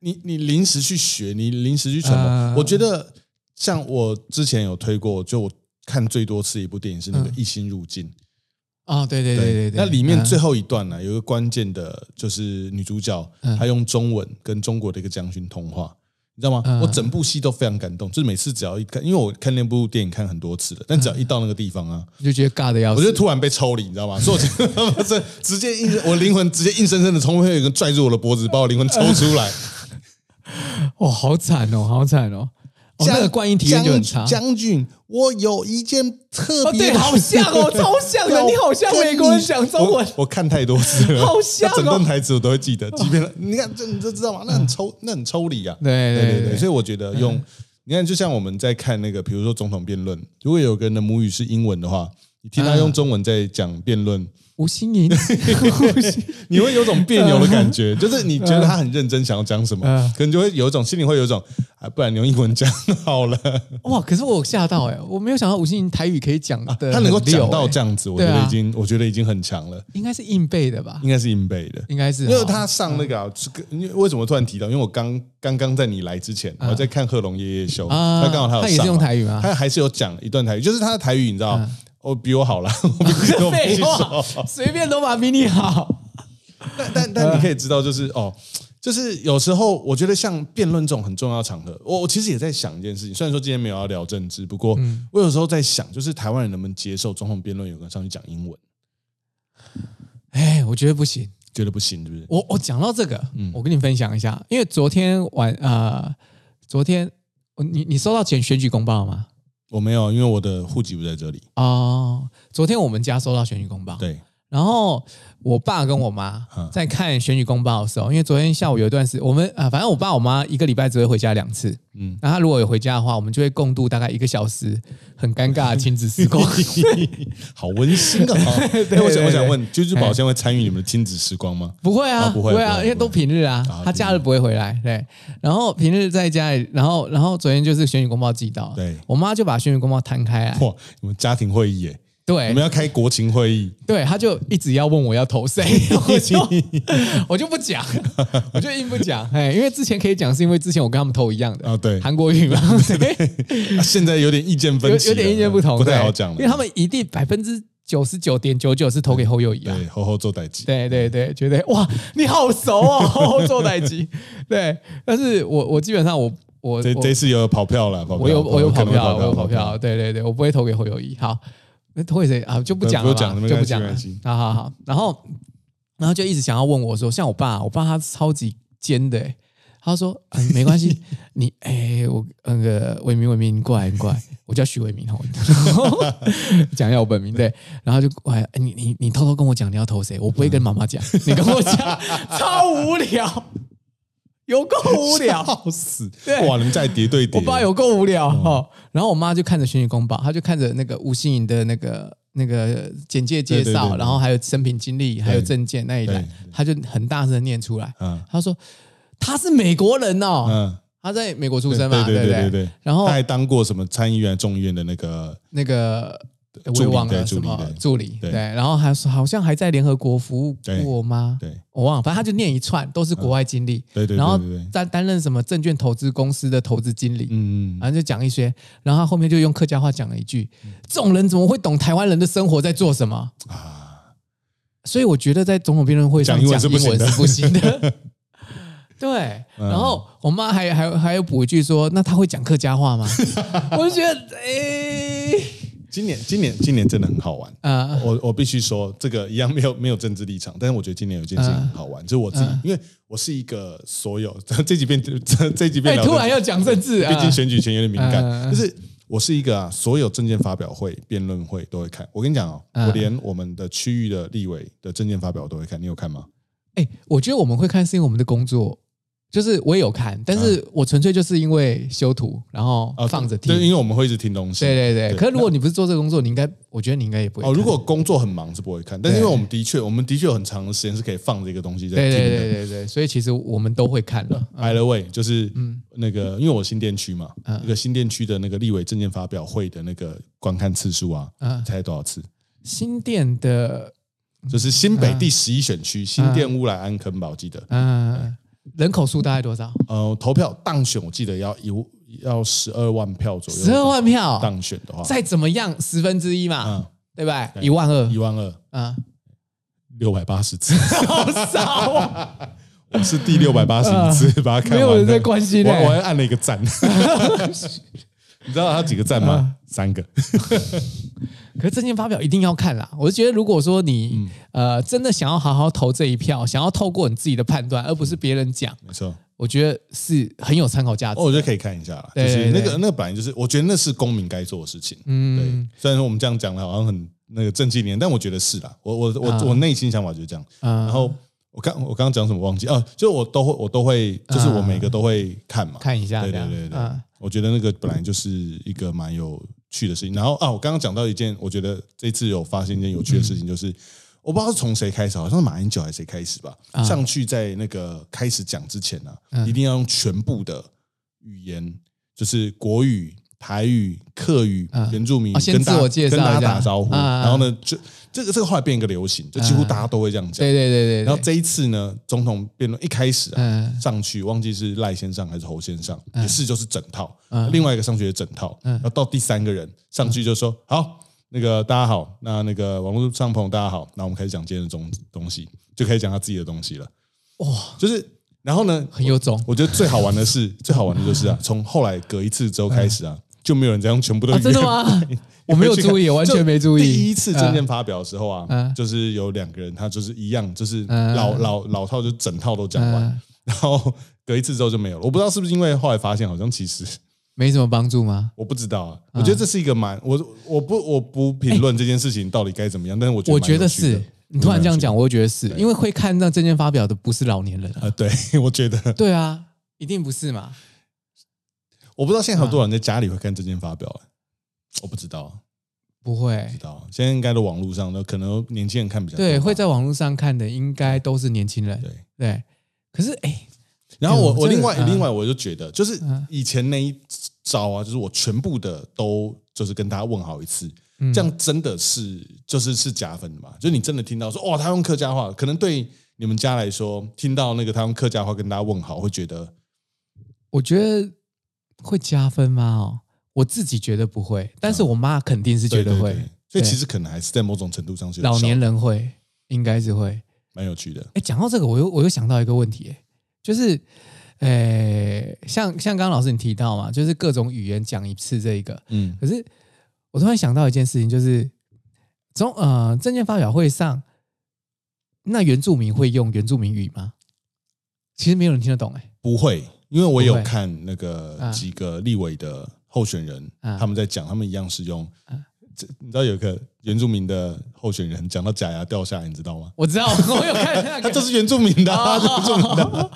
Speaker 1: 你你临时去学，你临时去揣摩，
Speaker 3: 嗯
Speaker 1: 我觉得像我之前有推过，就我看最多次一部电影是那个《一心入境》。
Speaker 3: 哦，对对对对对，
Speaker 1: 那里面
Speaker 3: 嗯
Speaker 1: 最后一段呢、有一个关键的，就是女主角、
Speaker 3: 嗯
Speaker 1: 她用中文跟中国的一个将军通话，你知道吗？
Speaker 3: 嗯
Speaker 1: 我整部戏都非常感动，就是每次只要一看，因为我看那部电影看很多次了，但只要
Speaker 3: 嗯
Speaker 1: 一到那个地方啊，
Speaker 3: 你就觉得尬的要
Speaker 1: 我
Speaker 3: 死，
Speaker 1: 就突然被抽离，你知道吗？所以我觉得这 直接硬，我灵魂直接硬生生的从会有一个拽住我的脖子，把我灵魂抽出来。
Speaker 3: 哦，好惨哦，好惨哦，哦那个观音体验就很差。
Speaker 1: 将将军，我有一件特
Speaker 3: 哦，
Speaker 1: 别
Speaker 3: 对，
Speaker 1: 的
Speaker 3: 好像 哦，超像的，你好像美国人讲中文
Speaker 1: 我，我看太多次了，
Speaker 3: 好像哦哦
Speaker 1: 那整段台词我都会记得。即便你看这，你就知道吗？那很抽，那很抽离啊。
Speaker 3: 嗯对对
Speaker 1: 对
Speaker 3: 对嗯
Speaker 1: 对，所以我觉得用，你看，就像我们在看那个，比如说总统辩论，如果有个人的母语是英文的话，你听他用中文在讲辩论，
Speaker 3: 吴心 凌，吴心
Speaker 1: 你会有种别扭的感觉，就是你觉得他很认真想要讲什么
Speaker 3: 嗯，
Speaker 1: 可能就会有一种心里会有一种，啊，不然你用英文讲好了。
Speaker 3: 哇！可是我有吓到哎、我没有想到吴心凌台语可以讲的、
Speaker 1: 啊他能够讲到这，样子，我觉
Speaker 3: 对
Speaker 1: 得
Speaker 3: 啊
Speaker 1: 已经，我觉得已经很强了，
Speaker 3: 欸应该是硬背的吧？
Speaker 1: 应该是硬背的。
Speaker 3: 应该是哦，
Speaker 1: 因为他上那个、啊，是跟因为为什么突然提到？因为我刚刚刚在你来之前，我在看《贺龙夜夜秀》，
Speaker 3: 嗯啊
Speaker 1: 他刚好他有
Speaker 3: 他也是
Speaker 1: 上
Speaker 3: 用
Speaker 1: 嘛
Speaker 3: 台语吗嗯
Speaker 1: 他还是有讲一段台语，就是他的台语，你知道，哦，比我好啦， 我必须我必须
Speaker 3: 废话
Speaker 1: 说，，
Speaker 3: 随便都把比你好。
Speaker 1: 但但但你可以知道，就是哦，就是有时候我觉得像辩论这种很重要的场合，我我其实也在想一件事情。虽然说今天没有要聊政治，不过
Speaker 3: 嗯
Speaker 1: 我有时候在想，就是台湾人能不能接受总统辩论有个人上去讲英文，
Speaker 3: 哎，我觉得不行。
Speaker 1: 觉得不行，是不是？
Speaker 3: 我我讲到这个，
Speaker 1: 嗯
Speaker 3: 我跟你分享一下，因为昨天晚呃，昨天我你你收到选选举公报了吗？
Speaker 1: 我没有，因为我的户籍不在这里。
Speaker 3: 哦，昨天我们家收到选举公报，
Speaker 1: 对，
Speaker 3: 然后我爸跟我妈
Speaker 1: 嗯
Speaker 3: 在看选举公报的时候，因为昨天下午有一段时，我们啊、反正我爸我妈一个礼拜只会回家两次。嗯
Speaker 1: 嗯，
Speaker 3: 那他如果有回家的话，我们就会共度大概一个小时很尴尬的亲子时 光。
Speaker 1: 好温馨 啊！ 哎，我想我想问，居居
Speaker 3: 哎
Speaker 1: 宝现在会参与你们的亲子时光 吗？
Speaker 3: 不会啊，
Speaker 1: 啊不会不
Speaker 3: 啊，
Speaker 1: 会
Speaker 3: 因为都平日啊，
Speaker 1: 啊
Speaker 3: 他假日不会回来。对，然后平日在家里，然后然后昨天就是选举公报寄到，
Speaker 1: 对
Speaker 3: 我妈就把选举公报摊开来，
Speaker 1: 哇，你们家庭会议耶，
Speaker 3: 对
Speaker 1: 你们要开国情会 议，
Speaker 3: 对，他就一直要问我要 投谁，我就我就不讲，我就硬不讲，哎，因为之前可以讲，是因为之前我跟他们投一样 的
Speaker 1: 啊对
Speaker 3: 韩国语嘛，对
Speaker 1: 啊现在有点意见
Speaker 3: 有
Speaker 1: 分歧了，
Speaker 3: 有点意见不同，
Speaker 1: 不太
Speaker 3: 对
Speaker 1: 好讲了，
Speaker 3: 因为他们一定百分之九十九点九九是投给侯友谊啊，
Speaker 1: 对好好做代际。
Speaker 3: 对对对，觉得哇，你好熟哦， 做代机，对，但是我我基本上我我
Speaker 1: 这
Speaker 3: 我
Speaker 1: 这次有跑票了，跑票
Speaker 3: 我有我有跑
Speaker 1: 可能会
Speaker 3: 票，我有跑
Speaker 1: 跑
Speaker 3: 票，。对对对，我不会投给侯友谊。好， 那投给谁啊？就不讲了
Speaker 1: 不
Speaker 3: 吧，
Speaker 1: 讲了
Speaker 3: 就不讲
Speaker 1: 没
Speaker 3: 了
Speaker 1: 关系没关系。
Speaker 3: 好好好，然后然后就一直想要问我说，像我爸，我爸他超级尖的欸、他说：“嗯，没 关系，你哎、我那个伟明，伟明，你过来，你过来，我叫徐伟明哦， 讲一下我本名对。”然后就过来，哎你你你偷偷跟我讲你要投谁，我不会跟妈妈讲，你跟 我讲，超无聊，有够无聊，
Speaker 1: 笑死！
Speaker 3: 对
Speaker 1: 哇，你们在叠对叠，
Speaker 3: 我爸有够无聊哦。 然后我妈就看着《选举公报》，她就看着那个吴欣颖的那个那个简介介
Speaker 1: 对对对
Speaker 3: 绍，
Speaker 1: 对
Speaker 3: 然后还有生平经历，还有证件那一
Speaker 1: 对
Speaker 3: 栏
Speaker 1: 对，
Speaker 3: 她就很大声地念出来。
Speaker 1: 嗯
Speaker 3: 她说：“他是美国人哦，
Speaker 1: 嗯，
Speaker 3: 他在美国出
Speaker 1: 对
Speaker 3: 生嘛，
Speaker 1: 对
Speaker 3: 不
Speaker 1: 对
Speaker 3: 对
Speaker 1: 对。
Speaker 3: 然后
Speaker 1: 他还当过什么参议院、众议院的那个
Speaker 3: 那个呃我
Speaker 1: 助
Speaker 3: 也
Speaker 1: 理
Speaker 3: 忘
Speaker 1: 对
Speaker 3: 了
Speaker 1: 助
Speaker 3: 什
Speaker 1: 理
Speaker 3: 么
Speaker 1: 对
Speaker 3: 助理
Speaker 1: 对
Speaker 3: 对，然后还好像还在联合国服务过吗？
Speaker 1: 对
Speaker 3: 我忘了，反正他就念一串都是国外经历，
Speaker 1: 对对对
Speaker 3: 然后
Speaker 1: 对对对
Speaker 3: 在担任什么证券投资公司的投资经理，
Speaker 1: 嗯，
Speaker 3: 然后就讲一些，然后他后面就用客家话讲了一句：“这种人怎么会懂台湾人的生活在做什么
Speaker 1: 啊，？”
Speaker 3: 所以我觉得在总统辩论会上
Speaker 1: 讲英文
Speaker 3: 讲
Speaker 1: 是
Speaker 3: 英
Speaker 1: 不行的嗯
Speaker 3: 文是不 行的。对，然后我妈还还还有补一句说：“那他会讲客家话吗？” 我就觉得，哎、
Speaker 1: 今年今年今年真的很好玩。
Speaker 3: 呃，
Speaker 1: 我我必须说，这个一样没有没有政治立场，但是我觉得今年有一件事情很好
Speaker 3: 嗯
Speaker 1: 玩，就是我自己，因为我是一个所有这几遍这这几遍
Speaker 3: 哎、
Speaker 1: 聊政
Speaker 3: 突
Speaker 1: 治
Speaker 3: 然要讲政治啊，
Speaker 1: 毕竟选举前有点敏感，
Speaker 3: 嗯
Speaker 1: 就是我是一个啊，所有证件发表会、辩论会都会看。我跟你讲哦，
Speaker 3: 嗯
Speaker 1: 我连我们的区域的立委的证件发表我都会看，你有看吗？
Speaker 3: 哎、我觉得我们会看是因为我们的工作，就是我也有看，但是我纯粹就是因为修图，然后
Speaker 1: 啊，
Speaker 3: 放着听。
Speaker 1: 嗯对，因为我们会一直听东西。
Speaker 3: 对对对，
Speaker 1: 对
Speaker 3: 可是如果你不是做这个工作，你应该，我觉得你应该也不会
Speaker 1: 哦，
Speaker 3: 看。
Speaker 1: 如果工作很忙是不会看，但是因
Speaker 3: 对
Speaker 1: 为我们的确，我们的确有很长的时间是可以放这个东西在
Speaker 3: 对
Speaker 1: 听的。
Speaker 3: 对对对对，所以其实我们都会看了。 啊
Speaker 1: By the way，就是
Speaker 3: 嗯
Speaker 1: 那个，因为我新店区嘛，那个新店区的那个立委证件发表会的那个观看次数啊，
Speaker 3: 嗯
Speaker 1: 猜多少次？
Speaker 3: 新店的，
Speaker 1: 就是新北第十一选区新店、乌来、安坑吧，我记得，
Speaker 3: 嗯、人口数大概多少？
Speaker 1: 呃，投票当选，我记得要一要十二万票左右，
Speaker 3: 十二万票，
Speaker 1: 当选的话，
Speaker 3: 再怎么样，十分之一嘛，
Speaker 1: 嗯，
Speaker 3: 对吧？
Speaker 1: 对
Speaker 3: 一万二
Speaker 1: 一，万二
Speaker 3: 啊，
Speaker 1: 六百八十次，
Speaker 3: 好少、哦，
Speaker 1: 我是第六百八十一次把它看
Speaker 3: 嗯没
Speaker 1: 完了，
Speaker 3: 有人在关心欸
Speaker 1: 我
Speaker 3: 嘞、
Speaker 1: 我还按了一个赞， 你知道他几个赞吗？
Speaker 3: 嗯
Speaker 1: 三个，
Speaker 3: 可是证件发表一定要看啦。我是觉得，如果说
Speaker 1: 嗯
Speaker 3: 你、呃真的想要好好投这一票，想要透过你自己的判断，而不是别人讲，
Speaker 1: 没错。
Speaker 3: 我觉得是很有参考价值。
Speaker 1: 哦，我觉得可以看一下啦，就
Speaker 3: 啊对
Speaker 1: 是那
Speaker 3: 对
Speaker 1: 个那个本来就是，我觉得那是公民该做的事情。嗯，对。虽然说我们这样讲的好像很那个正气连，但我觉得是啦。我我我、
Speaker 3: 啊
Speaker 1: 我内心想法就是这样。
Speaker 3: 嗯
Speaker 1: 然后我刚我刚刚讲什么忘记啊？就是我都会我都会，
Speaker 3: 啊
Speaker 1: 就是我每个都会看嘛。
Speaker 3: 看一下，
Speaker 1: 对
Speaker 3: 这
Speaker 1: 对
Speaker 3: 样
Speaker 1: 对对对
Speaker 3: 嗯
Speaker 1: 我觉得那个本来就是一个蛮有趣的事情。然后啊，我刚刚讲到一件，我觉得这次有发生一件有趣的事
Speaker 3: 嗯
Speaker 1: 情，就是、我不知道是从谁开始，好像是马英九还是谁开始吧，
Speaker 3: 啊
Speaker 1: 上去在那个开始讲之前呢、啊，
Speaker 3: 嗯
Speaker 1: 一定要用全部的语言，就是国语。台语、客语、
Speaker 3: 嗯
Speaker 1: 原住民
Speaker 3: 啊先
Speaker 1: 跟大
Speaker 3: 自我介绍
Speaker 1: 跟大
Speaker 3: 一
Speaker 1: 家
Speaker 3: 下
Speaker 1: 打招呼，
Speaker 3: 嗯嗯
Speaker 1: 然后呢，就这个这个后来变一个流行，就几乎大家都会这样讲。
Speaker 3: 对对对对
Speaker 1: 然后
Speaker 3: 对，
Speaker 1: 这一次呢，总统辩论一开始啊，
Speaker 3: 嗯
Speaker 1: 上去忘记是赖先生还是侯先生，也是就是整套，
Speaker 3: 嗯
Speaker 1: 另外一个上去也整套，然后到第三个人上去就说、好，那个大家好，那那个网络上朋友大家好，那我们开始讲今天的东东西，就开始讲他自己的东西了，哇，就是然后呢，
Speaker 3: 很有种。
Speaker 1: 我觉得最好玩的是最好玩的就是啊，从后来隔一次之后开始啊，就没有人再用全部的语
Speaker 3: 啊
Speaker 1: 言、
Speaker 3: 真的吗 我没有注意
Speaker 1: 就
Speaker 3: 完全没注意
Speaker 1: 第一次证件发表的时候啊，
Speaker 3: 嗯
Speaker 1: 就是有两个人，他就是一样，就是
Speaker 3: 嗯
Speaker 1: 老、老老套，就整套都讲完，
Speaker 3: 嗯
Speaker 1: 然后隔一次之后就没有了。我不知道是不是因为后来发现，好像其实
Speaker 3: 没什么帮助吗？
Speaker 1: 我不知道啊。
Speaker 3: 嗯
Speaker 1: 我觉得这是一个蛮我我不我不评论这件事情到底该怎么 样，但是我觉得
Speaker 3: 我
Speaker 1: 蛮有
Speaker 3: 觉
Speaker 1: 趣的
Speaker 3: 得是。你突然这样讲，我会觉得是因为会看到证件发表的不是老年人啊。
Speaker 1: 呃，对， 我觉得
Speaker 3: 对啊，一定不是嘛？
Speaker 1: 我不知道现在还有多少人在家里会看证件发表、
Speaker 3: 嗯
Speaker 1: 我不知道。
Speaker 3: 不会
Speaker 1: 知，道，现在应该都网络上都可能年轻人看比较多吧
Speaker 3: 对，会在网络上看的应该都是年轻人。
Speaker 1: 对。
Speaker 3: 对，可是哎，
Speaker 1: 然后我
Speaker 3: 嗯
Speaker 1: 我
Speaker 3: 真的
Speaker 1: 另外
Speaker 3: 嗯
Speaker 1: 另外我就觉得，就是
Speaker 3: 嗯
Speaker 1: 以前那一招啊，就是我全部的都就是跟大家问好一次，
Speaker 3: 嗯
Speaker 1: 这样真的是就是是加分的嘛？就你真的听到说哦，他用客家话，可能对你们家来说，听到那个他用客家话跟大家问好，会觉得
Speaker 3: 我觉得会加分吗？哦，我自己觉得不会，但是我妈肯定是觉得
Speaker 1: 对对
Speaker 3: 会
Speaker 1: 对，所以
Speaker 3: 嗯对
Speaker 1: 其实可能还是在某种程度上是有
Speaker 3: 老年
Speaker 1: 效
Speaker 3: 人会，应该是会。
Speaker 1: 蛮有趣的，
Speaker 3: 哎，讲到这个，我又我又想到一个问题，哎，就是，哎，像像刚刚老师你提到嘛，就是各种语言讲一次这一个，
Speaker 1: 嗯
Speaker 3: 可是我突然想到一件事情，就是从呃证件发表会上，那原住民会用原住民语吗？其实没有人听得懂哎、
Speaker 1: 不会，因为我有
Speaker 3: 不会
Speaker 1: 看那个
Speaker 3: 啊
Speaker 1: 几个立委的候选人，
Speaker 3: 啊
Speaker 1: 他们在讲，他们一样是用。这你知道有一个原住民的候选人讲到假牙掉下来，你知 道吗？
Speaker 3: 我知道，我有看 那
Speaker 1: 他
Speaker 3: 个，
Speaker 1: 就是原住民的
Speaker 3: 哦
Speaker 1: 啊，他是原住民的 啊，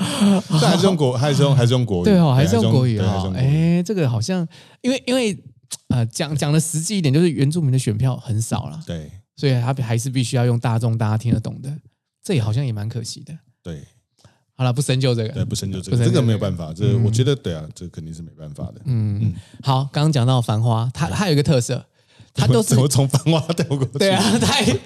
Speaker 1: 但还是用国，还是用还是用国语，
Speaker 3: 对哦，还是用国语
Speaker 1: 对还是
Speaker 3: 哦
Speaker 1: 用。国语
Speaker 3: 哎、这个好像，因为因为呃，讲讲的实际一点，就是原住民的选票很少啦，
Speaker 1: 对
Speaker 3: 所以他还是必须要用大众大家听得懂的，这也好像也蛮可惜的。
Speaker 1: 对
Speaker 3: 好了，不深究这
Speaker 1: 对，
Speaker 3: 个。
Speaker 1: 不深究这
Speaker 3: 嗯
Speaker 1: 个，
Speaker 3: 不深
Speaker 1: 这
Speaker 3: 究
Speaker 1: 个没
Speaker 3: 这
Speaker 1: 有
Speaker 3: 个
Speaker 1: 办法，这我觉得对啊，这肯定是没办法的。
Speaker 3: 嗯，好，刚刚讲到《繁花》，它它有一个特色，它都是
Speaker 1: 怎么从繁花掉过去？
Speaker 3: 对啊， 它也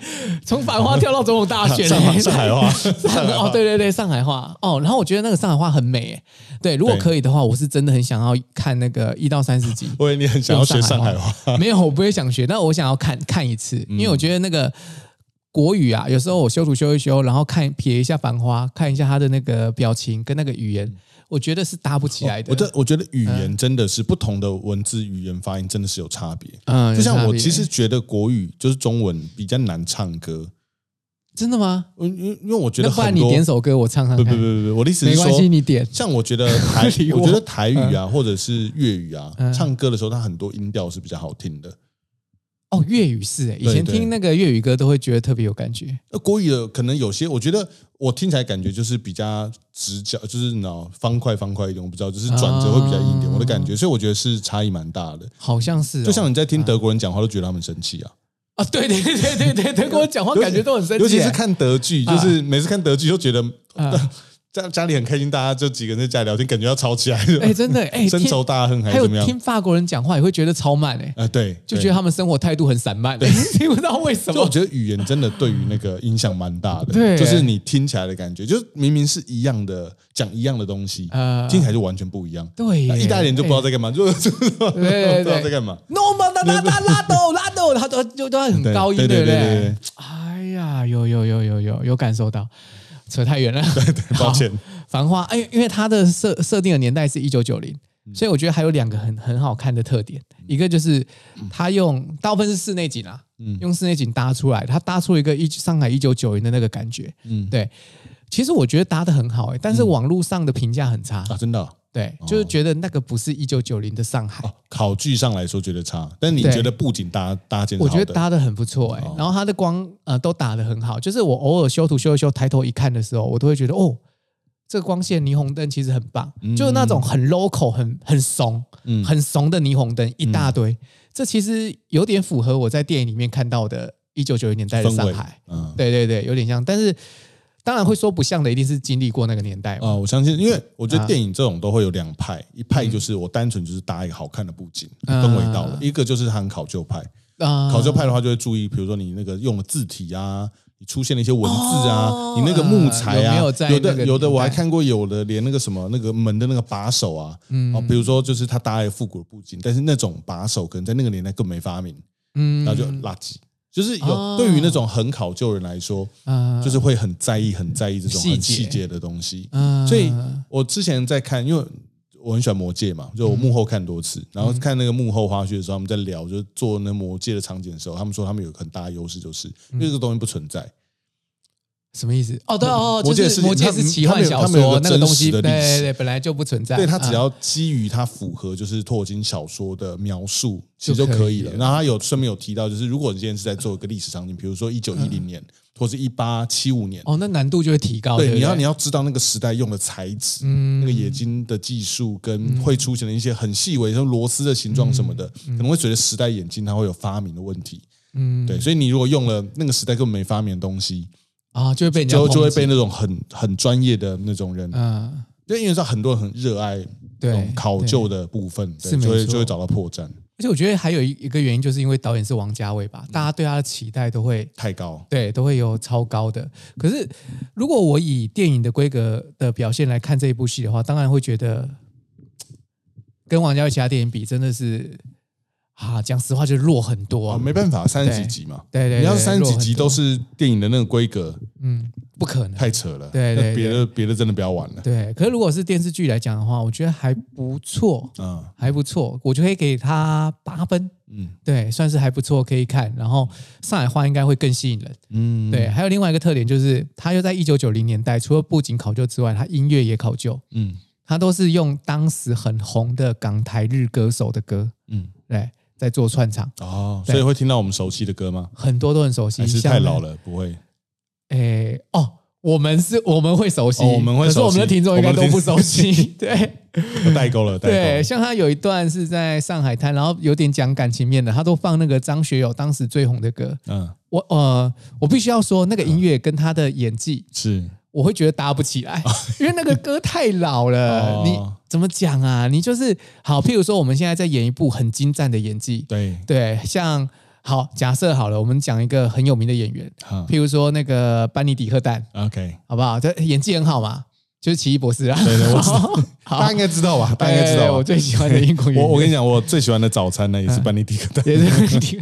Speaker 3: 从《繁花》跳到总统大 选、
Speaker 1: 上 海上海话，
Speaker 3: 上哦，对对对，上海话哦。然后我觉得那个上海话很美诶。对，如果
Speaker 1: 对
Speaker 3: 可以的话，我是真的很想要看那个一到三十集。
Speaker 1: 我以为你很想要学上海话，嗯
Speaker 3: 没有，我不会想学，但我想要看看一次，因为我觉得那个国语啊，有时候我修图修一修，然后看瞥一下《繁花》，看一下他的那个表情跟那个语言，我觉得是搭不起来
Speaker 1: 哦
Speaker 3: 的。嗯
Speaker 1: 我觉得我觉得语言真的是不同的文字语言发音真的是有差别。
Speaker 3: 嗯
Speaker 1: 就像
Speaker 3: 有差
Speaker 1: 我
Speaker 3: 别
Speaker 1: 其实觉得国语就是中文比较难唱歌，
Speaker 3: 真的吗？
Speaker 1: 因因因为我觉
Speaker 3: 那
Speaker 1: 得
Speaker 3: 不然
Speaker 1: 很
Speaker 3: 你
Speaker 1: 多
Speaker 3: 点首歌我唱唱
Speaker 1: 不
Speaker 3: 看，
Speaker 1: 不不不不，我的意思是
Speaker 3: 没关系，
Speaker 1: 说。
Speaker 3: 你点。
Speaker 1: 像我觉得 台
Speaker 3: 理，我嗯
Speaker 1: 我觉得台语啊，或者是粤语啊，唱歌的时候，它很多音调是比较好听的。
Speaker 3: 哦，粤语是诶，以前
Speaker 1: 对对
Speaker 3: 听那个粤语歌都会觉得特别有感觉。
Speaker 1: 那国语的可能有些，我觉得我听起来感觉就是比较直角，就是你知道方块方块一点，我不知道，就是转折会比较硬一点，
Speaker 3: 啊
Speaker 1: 我的感觉，所以我觉得是差异蛮大的。
Speaker 3: 好像是哦、
Speaker 1: 就像你在听德国人讲话，都觉得他们生气啊，
Speaker 3: 啊，对对对对对对，跟我讲话哦感觉都很生气，哎欸嗯
Speaker 1: 尤其是看德剧，就是每次看德剧就觉得
Speaker 3: 啊，
Speaker 1: 家家里很开心，大家就几个人在家里聊天，感觉要吵起来
Speaker 3: 哎，
Speaker 1: 了，
Speaker 3: 真的哎，
Speaker 1: 深
Speaker 3: 听
Speaker 1: 仇大恨还
Speaker 3: 还
Speaker 1: 是
Speaker 3: 有
Speaker 1: 怎么样？
Speaker 3: 听法国人讲话也会觉得超慢哎，
Speaker 1: 啊，对，
Speaker 3: 就觉得他们生活态度很散漫，听不到为
Speaker 1: 对。
Speaker 3: 什
Speaker 1: 就我
Speaker 3: 么。
Speaker 1: 觉得语言真的对于那个影响蛮大的，
Speaker 3: 对
Speaker 1: 就是你听起来的感觉，就是明明是一样的，讲一样的东西，
Speaker 3: 呃
Speaker 1: 听起来就完全不一样。
Speaker 3: 对耶，
Speaker 1: 意大利人就不知道在干嘛，就 就不知道不
Speaker 3: 对对对
Speaker 1: 知道在干嘛。
Speaker 3: no 嘛哒哒哒拉豆拉豆，他都就都很高音，
Speaker 1: 对
Speaker 3: 对
Speaker 1: 对
Speaker 3: 不
Speaker 1: 对对对对
Speaker 3: 哎呀，有有有有有有感受到，扯太远了，对对
Speaker 1: 抱歉。
Speaker 3: 繁花，哎，因为它的设设定的年代是一九九零，所以我觉得还有两个很很好看的特点，一个就是它用大部分是室内景啊，用室内景搭出来，它搭出一个一上海一九九零的那个感觉，
Speaker 1: 嗯
Speaker 3: 对。其实我觉得搭的很好、哎，但是网络上的评价很差，
Speaker 1: 啊，真的啊、
Speaker 3: 对，就是觉得那个不是一九九零的上海，
Speaker 1: 哦考据上来说觉得差，但你
Speaker 3: 对
Speaker 1: 觉得布景搭搭建是
Speaker 3: 我
Speaker 1: 好的，哦
Speaker 3: 觉得搭的很不错哎、然后它的光呃都打的很好，就是我偶尔修图修一修，抬头一看的时候，我都会觉得哦，这光线霓虹灯其实很棒，就是那种很 local、很很怂、
Speaker 1: 嗯
Speaker 3: 很怂的霓虹灯一大堆，这其实有点符合我在电影里面看到的1990年代的
Speaker 1: 氛
Speaker 3: 上
Speaker 1: 围
Speaker 3: 海，，
Speaker 1: 嗯
Speaker 3: 对对对，有点像，但是当然会说不像的，一定是经历过那个年代嘛，
Speaker 1: 啊、我相信，因为我
Speaker 3: 啊
Speaker 1: 觉得电影这种都会有两派，一派就是我单纯就是搭一个好看的布景、
Speaker 3: 嗯
Speaker 1: 氛围到了，一个就是它很考究派。
Speaker 3: 啊、
Speaker 1: 考究派的话就会注意，比如说你那个用的字体啊，你出现了一些文字啊，
Speaker 3: 哦
Speaker 1: 你那个木材啊，
Speaker 3: 呃有没有在那个
Speaker 1: 的
Speaker 3: 年代
Speaker 1: 有的我还看过有的连那个什么那个门的那个把手啊，嗯，啊，比如说就是他搭了一个复古的布景，但是那种把手可能在那个年代更没发明，
Speaker 3: 嗯
Speaker 1: 然后就垃圾。就是有、
Speaker 3: 哦
Speaker 1: 对于那种很考究的人来说，
Speaker 3: 啊
Speaker 1: 就是会很在意、很在意这种
Speaker 3: 细
Speaker 1: 很
Speaker 3: 节
Speaker 1: 细节的东西。
Speaker 3: 啊
Speaker 1: 所以我之前在看，因为我很喜欢《魔戒》嘛，就我幕后看多次，然后看那个幕后花絮的时候，他们在聊，就是做那《魔戒》的场景的时候，他们说他们有个很大的优势，就是因为这个东西不存在。
Speaker 3: 什么意思？哦，对哦，
Speaker 1: 魔
Speaker 3: 就
Speaker 1: 戒
Speaker 3: 是
Speaker 1: 是
Speaker 3: 魔戒
Speaker 1: 他
Speaker 3: 是
Speaker 1: 们
Speaker 3: 奇
Speaker 1: 他
Speaker 3: 幻
Speaker 1: 们有
Speaker 3: 小
Speaker 1: 他们有
Speaker 3: 说，
Speaker 1: 个
Speaker 3: 那个
Speaker 1: 真
Speaker 3: 东西
Speaker 1: 实的
Speaker 3: 对
Speaker 1: 历史
Speaker 3: 对对，本来就不存在。
Speaker 1: 对他只
Speaker 3: 啊
Speaker 1: 要基于它符合就是托尔金小说的描述，其实
Speaker 3: 就
Speaker 1: 就
Speaker 3: 可
Speaker 1: 可
Speaker 3: 以
Speaker 1: 以了。
Speaker 3: 了
Speaker 1: 然后他有顺便有提到，就是如果你今天是在做一个历史场景，比如说一九一零年或者一八七五年，
Speaker 3: 哦，那难度就会提高。对
Speaker 1: 对，
Speaker 3: 不对，嗯
Speaker 1: 你要你要知道那个时代用的材质，那个冶金的技术跟会出现的一些很细微，像螺丝的形状什么的，可能会随着时代演进，它会有发明的问题。
Speaker 3: 嗯
Speaker 1: 对，所以你如果用了那个时代根本没发明的东西，
Speaker 3: 啊，就会被人家
Speaker 1: 就就会
Speaker 3: 抨击
Speaker 1: 被那种很很专业的那种人，
Speaker 3: 嗯，
Speaker 1: 就因为知道很多人很热爱这
Speaker 3: 对
Speaker 1: 种考究的部分，对
Speaker 3: 是没
Speaker 1: 就会
Speaker 3: 错
Speaker 1: 就会找到破绽
Speaker 3: 而且我觉得还有一一个原因，就是因为导演是王家卫吧，大家对他的期待都会
Speaker 1: 太高。
Speaker 3: 对都会有超高的。可是如果我以电影的规格的表现来看这一部戏的话，当然会觉得跟王家卫其他电影比，真的是啊，讲实话就弱很多
Speaker 1: 啊，
Speaker 3: 啊。
Speaker 1: 没办法，三十
Speaker 3: 对
Speaker 1: 几集嘛，
Speaker 3: 对对对
Speaker 1: 你要是三十几集
Speaker 3: 弱很多
Speaker 1: 都是电影的那个规格，
Speaker 3: 嗯，不可能。
Speaker 1: 太扯了。
Speaker 3: 对对
Speaker 1: 那别的别的真的不要玩了。
Speaker 3: 对，可是如果是电视剧来讲的话，我觉得还不错，
Speaker 1: 嗯
Speaker 3: 还不错，我就可以给他八分。
Speaker 1: 嗯
Speaker 3: 对，算是还不错，可以看。然后上海话应该会更吸引人。
Speaker 1: 嗯，
Speaker 3: 对，还有另外一个特点就是，它又在一九九零年代，除了布景考究之外，它音乐也考究，
Speaker 1: 嗯
Speaker 3: 它都是用当时很红的港台日歌手的歌，
Speaker 1: 嗯
Speaker 3: 对，在做串场，
Speaker 1: 哦，
Speaker 3: 对
Speaker 1: 所以会听到我们熟悉的歌吗？
Speaker 3: 很多都很熟悉。
Speaker 1: 还是
Speaker 3: 像
Speaker 1: 太老？了，不会。
Speaker 3: 哎，哦，我们是我们会熟悉，
Speaker 1: 哦我们会
Speaker 3: 可是我们的
Speaker 1: 熟悉
Speaker 3: 听众应该
Speaker 1: 我们的
Speaker 3: 都不
Speaker 1: 听
Speaker 3: 熟悉。对
Speaker 1: 我代沟了，代
Speaker 3: 对，
Speaker 1: 沟了。
Speaker 3: 像他有一段是在上海滩，然后有点讲感情面的，他都放那个张学友当时最红的歌。
Speaker 1: 嗯，
Speaker 3: 我呃，我必须要说，那个音乐跟他的演技
Speaker 1: 是
Speaker 3: 我会觉得搭不起来， 因为那个歌太老了。
Speaker 1: 哦
Speaker 3: 你怎么讲啊？你就是好，譬如说我们现在在演一部很精湛的演技，
Speaker 1: 对，
Speaker 3: 对，像好假设好了，我们讲一个很有名的演员，
Speaker 1: 好
Speaker 3: 譬如说那个班尼迪克蛋，
Speaker 1: ，OK，
Speaker 3: 好不好？这演技很好嘛，就是奇异博士啊。
Speaker 1: 对对我知 道
Speaker 3: 好
Speaker 1: 大家应该知道吧？大家应该知
Speaker 3: 对
Speaker 1: 道
Speaker 3: 我
Speaker 1: 吧。
Speaker 3: 最喜欢的英国演 员。嗯
Speaker 1: 我我跟你讲，我最喜欢的早餐呢，也是班尼迪克蛋。
Speaker 3: 也是很听。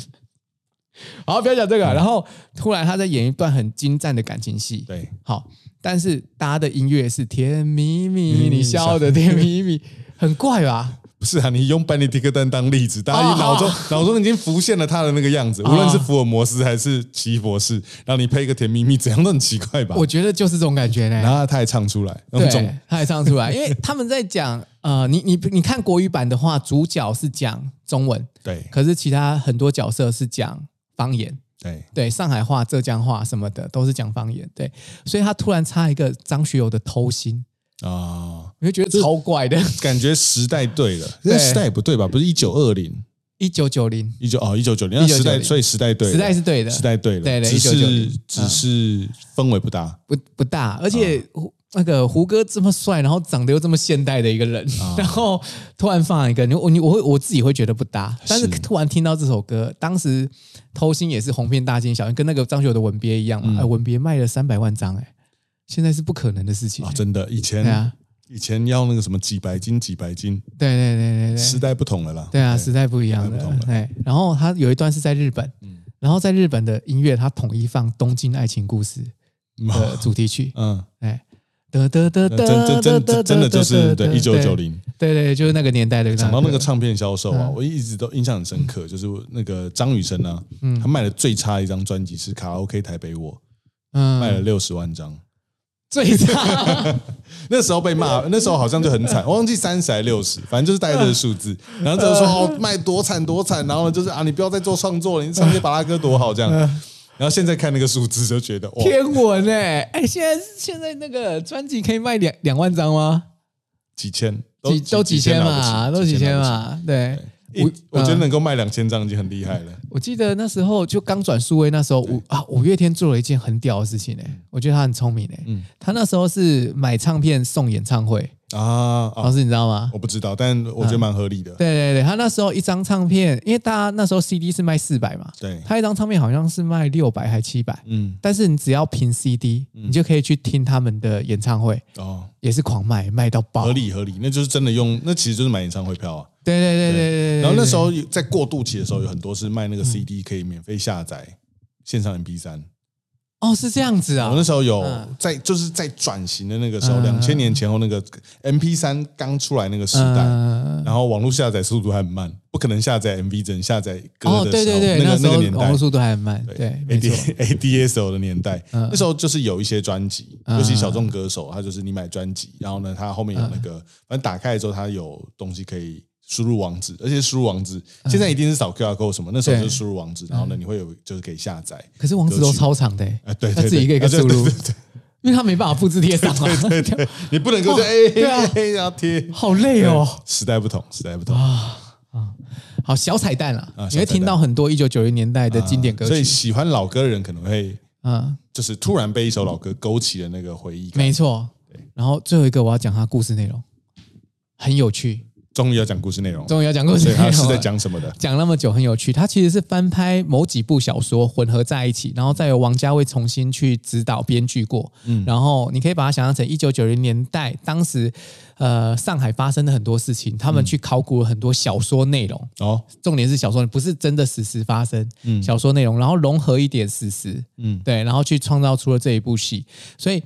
Speaker 3: 好，不要讲这个。然后突然他在演一段很精湛的感情戏，
Speaker 1: 对，
Speaker 3: 好，但是搭的音乐是甜蜜蜜，
Speaker 1: 嗯
Speaker 3: 你笑的甜 蜜蜜，很怪吧？
Speaker 1: 不是啊，你用班尼迪克蛋当例子，大家
Speaker 3: 哦
Speaker 1: 脑中脑中已经浮现了他的那个样子，无
Speaker 3: 哦
Speaker 1: 论是福尔摩斯还是奇异博士，然后你配一个甜蜜蜜，怎样都很奇怪吧
Speaker 3: 我？觉得就是这种感觉
Speaker 1: 然
Speaker 3: 呢。
Speaker 1: 后他还唱出来，那
Speaker 3: 对
Speaker 1: 种，
Speaker 3: 他也唱出 来，因为他们在讲，呃，你你你看国语版的话，主角是讲中文，
Speaker 1: 对
Speaker 3: 可是其他很多角色是讲方言，
Speaker 1: 对，
Speaker 3: 对，上海话、浙江话什么的都是讲方言，对，所以他突然插一个张学友的偷心，
Speaker 1: 啊，
Speaker 3: 我就觉得超怪的。
Speaker 1: 感觉时代对了，
Speaker 3: 对
Speaker 1: 那时代也不对吧？不是一九二零，
Speaker 3: 一九九零
Speaker 1: 一九哦一九九零，那时代
Speaker 3: 1990
Speaker 1: 所以时代对了，
Speaker 3: 时代是对的，
Speaker 1: 时代对了，
Speaker 3: 对对
Speaker 1: 只是
Speaker 3: 1990
Speaker 1: 只是氛围不搭。
Speaker 3: 不不大，而且胡、那个胡歌这么帅，然后长得又这么现代的一个人， 然后突然放一个，你我你我会我自己会觉得不搭，但是
Speaker 1: 是
Speaker 3: 突然听到这首歌，当时偷心也是红遍大街小巷，跟那个张学友的《吻别》一样嘛，哎，《吻别》卖了三百万张，哎，现在是不可能的事情，
Speaker 1: 啊，真的，以前、
Speaker 3: 对啊，
Speaker 1: 以前要那个什么几百斤几百斤，
Speaker 3: 对对对对对，
Speaker 1: 时代不同了啦。
Speaker 3: 对啊，时代不一样
Speaker 1: 时代不
Speaker 3: 了嗯
Speaker 1: 同了，
Speaker 3: 哎，然后他有一段是在日本，然后在日本的音乐，他统一放《东京爱情故事》 的主题曲，
Speaker 1: 嗯，
Speaker 3: 哎，得得得
Speaker 1: 那
Speaker 3: 得
Speaker 1: 真真真真真的就是对一九九，零。
Speaker 3: 对对，啊嗯就是那个年代的。
Speaker 1: 讲到那个唱片销售啊，我一直都印象很深刻，就是那个张雨生啊，
Speaker 3: 嗯
Speaker 1: 他卖的最差的一张专辑是《卡拉 OK 台北我》，卖了
Speaker 3: 嗯，
Speaker 1: 六十万张。
Speaker 3: 最差
Speaker 1: 那时候被 骂，那时候好像就很惨，我忘记三十还六十，反正就是大概这个数 字。然后就说哦，卖多惨多惨，然后呢就是啊，你不要再做创作了，你唱些巴拉歌多好这样。
Speaker 3: 嗯
Speaker 1: 然后现在看那个数字就觉得哇，
Speaker 3: 天文哎哎，现在现在那个专辑可以卖两两万张吗？
Speaker 1: 几千，啊
Speaker 3: 几都几千嘛，
Speaker 1: 了不
Speaker 3: 都
Speaker 1: 起
Speaker 3: 几千
Speaker 1: 了不起
Speaker 3: 嘛，嗯对。
Speaker 1: 啊一我觉得能够卖两千张已经很厉害了。
Speaker 3: 我记得那时候就刚转数位，那时候五啊五月天做了一件很屌的事情呢、欸我觉得他很聪明呢、欸
Speaker 1: 嗯
Speaker 3: 他那时候是买唱片送演唱会，
Speaker 1: 啊
Speaker 3: 老
Speaker 1: 啊！
Speaker 3: 师你知道吗？
Speaker 1: 我不知道，但我觉得蛮合理的。
Speaker 3: 对对对，他那时候一张唱片，因为大家那时候 CD 是卖四百嘛，
Speaker 1: 对
Speaker 3: 他一张唱片好像是卖六百还七百，
Speaker 1: 嗯，
Speaker 3: 但是你只要凭 CD，、你就可以去听他们的演唱会，
Speaker 1: 哦，
Speaker 3: 也是狂卖，卖到爆。
Speaker 1: 合理合理，那就是真的用，那其实就是买演唱会票啊。
Speaker 3: 对对对对对对。
Speaker 1: 然后那时
Speaker 3: 候
Speaker 1: 候在过渡期的时候，有很多是卖那个 CD 可以免费下载线上 MP 三。
Speaker 3: 哦是这样子啊
Speaker 1: 我，那时候有
Speaker 3: 嗯
Speaker 1: 在就是在转型的那个时候，
Speaker 3: 嗯
Speaker 1: 两千年前后那个 MP 三刚出来那个时代，
Speaker 3: 嗯
Speaker 1: 然后网络下载速度还很慢，不可能下载 MV，只能下载歌
Speaker 3: 哦
Speaker 1: 的时候。
Speaker 3: 对对对，
Speaker 1: 那
Speaker 3: 那
Speaker 1: 个
Speaker 3: 时
Speaker 1: 那
Speaker 3: 候
Speaker 1: 个年
Speaker 3: 网
Speaker 1: 代
Speaker 3: 络。速度还很慢，对，没错，
Speaker 1: ，AD ADSL 的年代，
Speaker 3: 嗯
Speaker 1: 那时候就是有一些专辑，
Speaker 3: 嗯
Speaker 1: 尤其小众歌手，他就是你买专辑，然后呢，他后面有那个，
Speaker 3: 嗯
Speaker 1: 反正打开之后，他有东西可以输入网址，而且输入网址
Speaker 3: 嗯
Speaker 1: 现在一定是扫 QR code 什么，那时候就是输入网址，然后呢，你会有就是可以下载，
Speaker 3: 可是网址都超长的、欸，
Speaker 1: 啊，对，
Speaker 3: 他
Speaker 1: 对
Speaker 3: 自己一个一个
Speaker 1: 对啊
Speaker 3: 输
Speaker 1: 对
Speaker 3: 入
Speaker 1: 对对对
Speaker 3: 因为他没办法复制贴上啊 嘛，
Speaker 1: 对对，你不能够就
Speaker 3: 哇
Speaker 1: 哎
Speaker 3: 对啊
Speaker 1: 嘿嘿然后贴。
Speaker 3: 好累哦。
Speaker 1: 时代不同，时代不同，
Speaker 3: 好，小彩蛋啦，
Speaker 1: 啊
Speaker 3: 你会
Speaker 1: 小彩蛋啊
Speaker 3: 听到很多一九九零年代的经典歌
Speaker 1: 所以
Speaker 3: 曲，
Speaker 1: 喜欢老歌的人可能会
Speaker 3: 嗯，
Speaker 1: 就是突然被一首老歌勾起了那个回忆感。
Speaker 3: 没错。然后最后一个我要讲它故事内容，很有趣，
Speaker 1: 终于要讲故事内容了，
Speaker 3: 终于要讲故事
Speaker 1: 所
Speaker 3: 内
Speaker 1: 以
Speaker 3: 容了，
Speaker 1: 他是在讲什么的？
Speaker 3: 讲那么久很有趣，它其实是翻拍某几部小说混合在一起，然后再由王家卫重新去指导编剧过。嗯，然后你可以把它想象成一九九零年代当时呃上海发生的很多事情，他们去考古了很多小说内容，
Speaker 1: 哦，
Speaker 3: 重点是小说不是真的史实发生，小说内容，然后融合一点史实，
Speaker 1: 嗯
Speaker 3: 嗯，对，然后去创造出了这一部戏。所以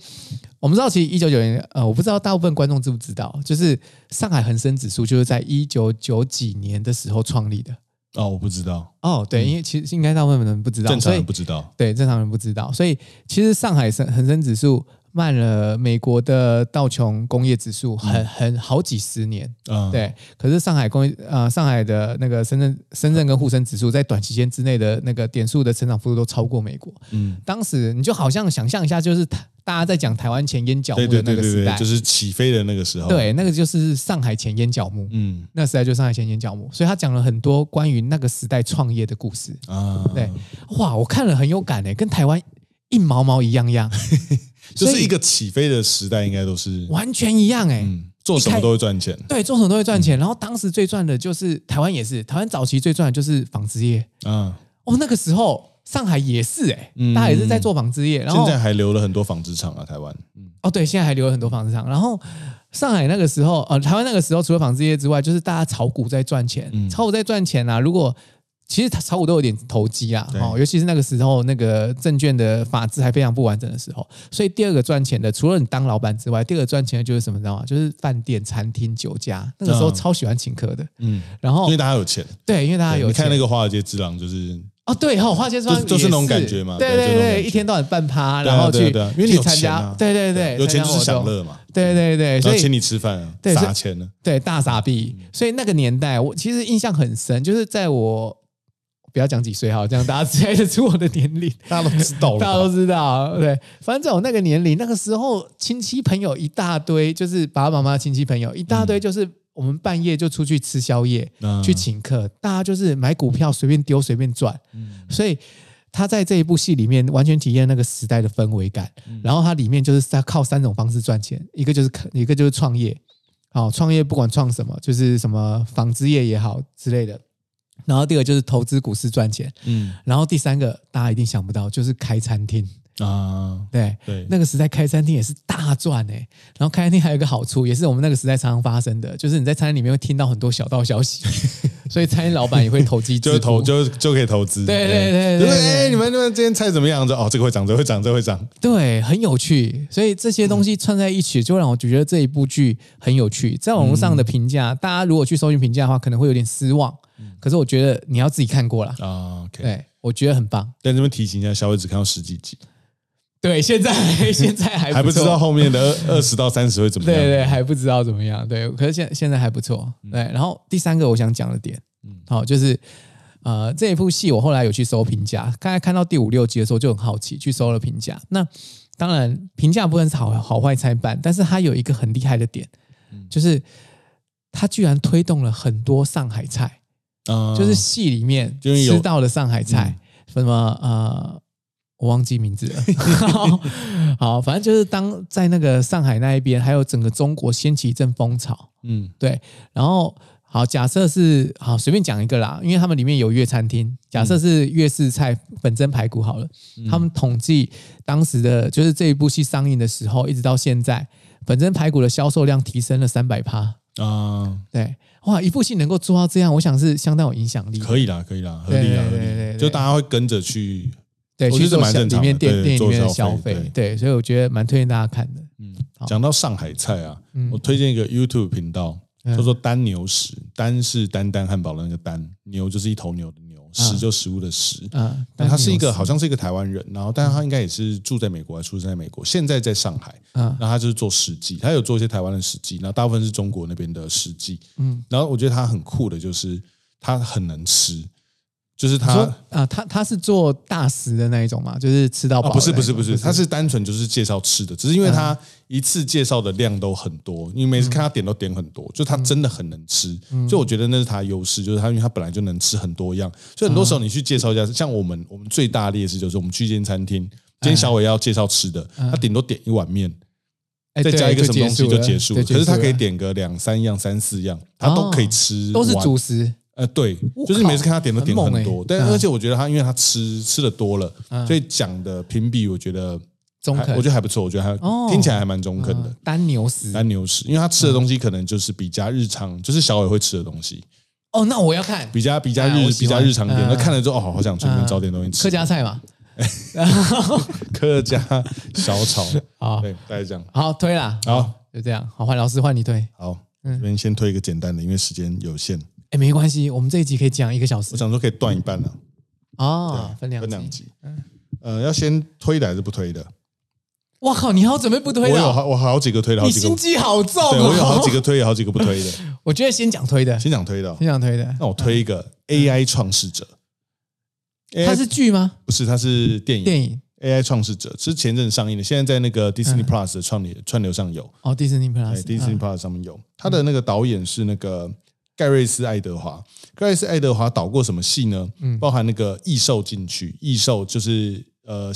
Speaker 3: 我们知道，其实一九九零，呃，我不知道大部分观众知不知道，就是上海恒生指数就是在一九九几年的时候创立的。
Speaker 1: 哦，我不知道，
Speaker 3: 哦，对，因为其实应该大部分人不知道，
Speaker 1: 嗯正常
Speaker 3: 所以
Speaker 1: 人不知道。
Speaker 3: 对正常人不知道，所以其实上海恒恒生指数慢了美国的道琼工业指数很很好几十年。
Speaker 1: 嗯，，
Speaker 3: 对，可是上海工业呃上海的那个深圳深圳跟沪深指数在短期间之内的那个点数的成长幅度都超过美国。
Speaker 1: 嗯，
Speaker 3: 当时你就好像想象一下，就是台大家在讲台湾前烟角
Speaker 1: 对
Speaker 3: 木
Speaker 1: 对对
Speaker 3: 的那个
Speaker 1: 对
Speaker 3: 时代，
Speaker 1: 对，就是哦起飞的那个时候。，
Speaker 3: 对那个就是上海前烟角木，
Speaker 1: 嗯
Speaker 3: 那时代就是上海前烟角木，所以他讲了很多关于那个时代创业的故事。
Speaker 1: 啊，
Speaker 3: 对，哇，我看了很有感诶，欸跟台湾一毛毛一样样，
Speaker 1: 就
Speaker 3: 所
Speaker 1: 是
Speaker 3: 以
Speaker 1: 一个起飞的时代，应该都是，
Speaker 3: 完全一样诶。
Speaker 1: 嗯，做什么都会赚钱
Speaker 3: 对，做什么都会赚钱。然后当时最赚的就是台湾也是，台湾早期最赚的就是纺织业。
Speaker 1: 啊。
Speaker 3: 哦，那个时候上海也是哎、
Speaker 1: 嗯
Speaker 3: 大家也是在做纺织业，然
Speaker 1: 现
Speaker 3: 后
Speaker 1: 在还留了很多纺织厂啊，台湾。
Speaker 3: 哦对，现在还留了很多纺织厂。然后上海那个时候，呃，台湾那个时候除了纺织业之外，就是大家炒股在赚钱，
Speaker 1: 嗯
Speaker 3: 炒股在赚钱啊。如果其实炒股都有点投机啊，
Speaker 1: 对
Speaker 3: 哦，尤其是那个时候那个证券的法制还非常不完整的时候，所以第二个赚钱的，除了你当老板之外，第二个赚钱的就是什么，你知道吗？就是饭店、餐厅、酒家。那个时候
Speaker 1: 嗯
Speaker 3: 超喜欢请客的，
Speaker 1: 嗯，
Speaker 3: 然
Speaker 1: 因
Speaker 3: 后
Speaker 1: 为大家有钱，
Speaker 3: 对，因为哦大家
Speaker 1: 对
Speaker 3: 有
Speaker 1: 你看
Speaker 3: 钱
Speaker 1: 那个《华尔街之狼》，就是
Speaker 3: 哦，对，哈，花街窗
Speaker 1: 就就是那种感觉嘛
Speaker 3: 对
Speaker 1: 对
Speaker 3: 对
Speaker 1: 就是那种感
Speaker 3: 对，
Speaker 1: 觉
Speaker 3: 一天到晚办趴，
Speaker 1: 对啊
Speaker 3: 然后
Speaker 1: 对啊
Speaker 3: 去
Speaker 1: 对啊因为你
Speaker 3: 去
Speaker 1: 有
Speaker 3: 参
Speaker 1: 钱
Speaker 3: 加
Speaker 1: 啊，
Speaker 3: 对对对，
Speaker 1: 有钱就是
Speaker 3: 参加
Speaker 1: 享
Speaker 3: 活动，
Speaker 1: 乐嘛，
Speaker 3: 对对对，
Speaker 1: 然
Speaker 3: 所
Speaker 1: 后请
Speaker 3: 以
Speaker 1: 你吃饭啊，
Speaker 3: 对所以
Speaker 1: 砸钱呢，
Speaker 3: 对大傻逼，所以那个年代我其实印象很深，就是在我不要讲几岁哈，这样大家猜得出我的年龄。
Speaker 1: 大家都知道
Speaker 3: 大家
Speaker 1: 了
Speaker 3: 都
Speaker 1: 吧。
Speaker 3: 知道，对，反正在我那个年龄，那个时候亲戚朋友一大堆，就是爸爸妈妈亲戚朋友一大堆，就是我们半夜就出去吃宵夜，
Speaker 1: 嗯
Speaker 3: 去请客，大家就是买股票随便丢随便赚，所以。他在这一部戏里面完全体验那个时代的氛围感，然后它里面就是他靠三种方式赚钱，一个就是一个就是创业，好、创业不管创什么，就是什么纺织业也好之类的，然后第二个就是投资股市赚钱，
Speaker 1: 嗯
Speaker 3: 然后第三个大家一定想不到，就是开餐厅。
Speaker 1: 啊，
Speaker 3: 对，
Speaker 1: 对，
Speaker 3: 那个时代开餐厅也是大赚哎、然后开餐厅还有一个好处，也是我们那个时代常常发生的，就是你在餐厅里面会听到很多小道 消息，所以餐厅老板也会投机
Speaker 1: 就
Speaker 3: 致
Speaker 1: 是
Speaker 3: 富，
Speaker 1: 投就就可以投资。
Speaker 3: 对对对
Speaker 1: 就
Speaker 3: 对
Speaker 1: 是
Speaker 3: 对
Speaker 1: 哎，你们你们今天菜怎么样？这哦，这个会涨，这个会涨，这个会涨。
Speaker 3: 对，很有趣。所以这些东
Speaker 1: 嗯
Speaker 3: 西串在一起，就让我觉得这一部剧很有趣。在网络上的评价，
Speaker 1: 嗯
Speaker 3: 大家如果去搜寻评价的话，可能会有点失望，可是我觉得你要自己看过啦。
Speaker 1: 啊，OK。
Speaker 3: 对，我觉得很棒。
Speaker 1: 但这边提醒一下，小伟只看到十几集，
Speaker 3: 对，现在 现在还
Speaker 1: 还不知
Speaker 3: 错
Speaker 1: 道后面的二二十到三十会怎么
Speaker 3: 对
Speaker 1: 样。
Speaker 3: 对，还不知道怎么样。对，可是现现在还不错。
Speaker 1: 嗯
Speaker 3: 对，然后第三个我想讲的点，好、就是呃这一部戏我后来有去搜评价，刚才看到第五六集的时候就很好奇，去搜了评价。那当然评价部分是好好坏参半，但是它有一个很厉害的点，
Speaker 1: 嗯
Speaker 3: 就是它居然推动了很多上海菜，
Speaker 1: 啊
Speaker 3: 就是戏里面
Speaker 1: 就是有嗯
Speaker 3: 吃到的上海菜，什么呃。我忘记名字了，好 好，反正就是当在那个上海那一边，还有整个中国掀起一阵风潮，
Speaker 1: 嗯
Speaker 3: 对。然后好，假设是好随便讲一个啦，因为他们里面有粤餐厅，假
Speaker 1: 嗯
Speaker 3: 设是粤式菜本蒸排骨好了，他们统计当时的就是这一部戏上映的时候，一直到现在，本蒸排骨的销售量提升了三百趴，
Speaker 1: 啊，
Speaker 3: 对，哇，一部戏能够做到这样，我想是相当有影响力的，
Speaker 1: 可以啦，可以啦，合理啦，
Speaker 3: 对
Speaker 1: 合
Speaker 3: 对对
Speaker 1: 理。
Speaker 3: 对
Speaker 1: 就大家会跟着去，
Speaker 3: 对，
Speaker 1: 我
Speaker 3: 去
Speaker 1: 觉得
Speaker 3: 做
Speaker 1: 蛮
Speaker 3: 消
Speaker 1: 正
Speaker 3: 里
Speaker 1: 常
Speaker 3: 面
Speaker 1: 的
Speaker 3: 店
Speaker 1: 对
Speaker 3: 店里
Speaker 1: 做
Speaker 3: 面的
Speaker 1: 消
Speaker 3: 消
Speaker 1: 费
Speaker 3: 费，对，所以我觉得蛮推荐大家看的。
Speaker 1: 嗯，讲到上海菜啊，我推荐一个 YouTube 频道，叫做“单牛食”，单是丹丹汉堡的那个单，牛就是一头牛的牛，食就食物的食。
Speaker 3: 嗯，
Speaker 1: 那他是一个
Speaker 3: 好，
Speaker 1: 好像是一个台湾人，然后但是他应该也是住在美国，还出生在美国，现在在上海。
Speaker 3: 嗯
Speaker 1: 那他就是做实际，他有做一些台湾的实际，那大部分是中国那边的实际。嗯，然后我觉得他很酷的就是他很能吃，就是
Speaker 3: 你说
Speaker 1: 他
Speaker 3: 啊，他他是做大食的那一种嘛，就是吃到饱
Speaker 1: 啊，
Speaker 3: 的
Speaker 1: 不
Speaker 3: 那
Speaker 1: 是
Speaker 3: 种、
Speaker 1: 不是不是，他是嗯单纯就是介绍吃的，只是因为他一次介绍的量都很多，你每次看他点都点很多，就他真的很能吃，所以我觉得那是他的优势，就是他因为他本来就能吃很多样，所以很多时候你去介绍一下，像我们我们最嗯大的劣势就是我们去一间餐厅，今天小伟要介绍吃的，他顶多点一碗面，
Speaker 3: 哎
Speaker 1: 嗯再加
Speaker 3: 对
Speaker 1: 一个什么东西就
Speaker 3: 了
Speaker 1: 结束了。
Speaker 3: 对
Speaker 1: 可是他
Speaker 3: 了
Speaker 1: 可以点个两三样、三四样，他哦都可以吃完，
Speaker 3: 都是主食，
Speaker 1: 呃，对
Speaker 3: 我，
Speaker 1: 就是每次看他点都
Speaker 3: 靠
Speaker 1: 点
Speaker 3: 很猛
Speaker 1: 很
Speaker 3: 欸
Speaker 1: 多，但
Speaker 3: 嗯
Speaker 1: 而且我觉得他，因为他吃吃的多了，所以讲的评比，我觉得
Speaker 3: 中
Speaker 1: 还
Speaker 3: 肯
Speaker 1: 我觉得还不错，我觉得还
Speaker 3: 哦
Speaker 1: 听起来还蛮中肯的
Speaker 3: 嗯。单牛食。
Speaker 1: 单牛食，因为他吃的东西可能就是比较日
Speaker 3: 嗯
Speaker 1: 常，就是小伟会吃的东西，
Speaker 3: 哦，那我要看
Speaker 1: 比较比较
Speaker 3: 哎
Speaker 1: 日
Speaker 3: 我喜
Speaker 1: 比
Speaker 3: 欢
Speaker 1: 较日常一点。
Speaker 3: 嗯
Speaker 1: 那看了之后，哦，好想顺便找点东西吃。
Speaker 3: 客家菜嘛。
Speaker 1: 客家小炒，
Speaker 3: 好
Speaker 1: 啊对，大概这样。
Speaker 3: 好推啦，
Speaker 1: 好
Speaker 3: 就这样。好，换老师换你推。
Speaker 1: 好，
Speaker 3: 嗯
Speaker 1: 这边先推一个简单的，因为时间有限，
Speaker 3: 哎，没关系，我们这一集可以讲一个小时
Speaker 1: 我想说可以断一半了，啊
Speaker 3: 哦，分两
Speaker 1: 分两
Speaker 3: 集。嗯
Speaker 1: 集。呃，要先推的还是不推的？
Speaker 3: 哇靠，你还有准备不推
Speaker 1: 我
Speaker 3: 的
Speaker 1: 有
Speaker 3: 哦？
Speaker 1: 好我好几个推的，好
Speaker 3: 你
Speaker 1: 几个
Speaker 3: 心机好重哦。
Speaker 1: 对我有好几个推，好几个不推的。
Speaker 3: 我觉得先讲推的，
Speaker 1: 先讲 推的哦、
Speaker 3: 先讲推的。
Speaker 1: 那我推一个 AI 创世者。
Speaker 3: 它
Speaker 1: AI
Speaker 3: 是剧吗？
Speaker 1: 不是它是电影
Speaker 3: 电影
Speaker 1: AI 创世者是前阵上映的，现在在那个 Disney Plus 的串流、串流上有，
Speaker 3: 哦，Disney
Speaker 1: 哎
Speaker 3: Plus。
Speaker 1: ，Disney Plus 上面有。他的那个导演是那个盖瑞斯·爱德华。盖瑞斯·爱德华导过什么戏呢？包含那个《异兽进去》，异兽就是呃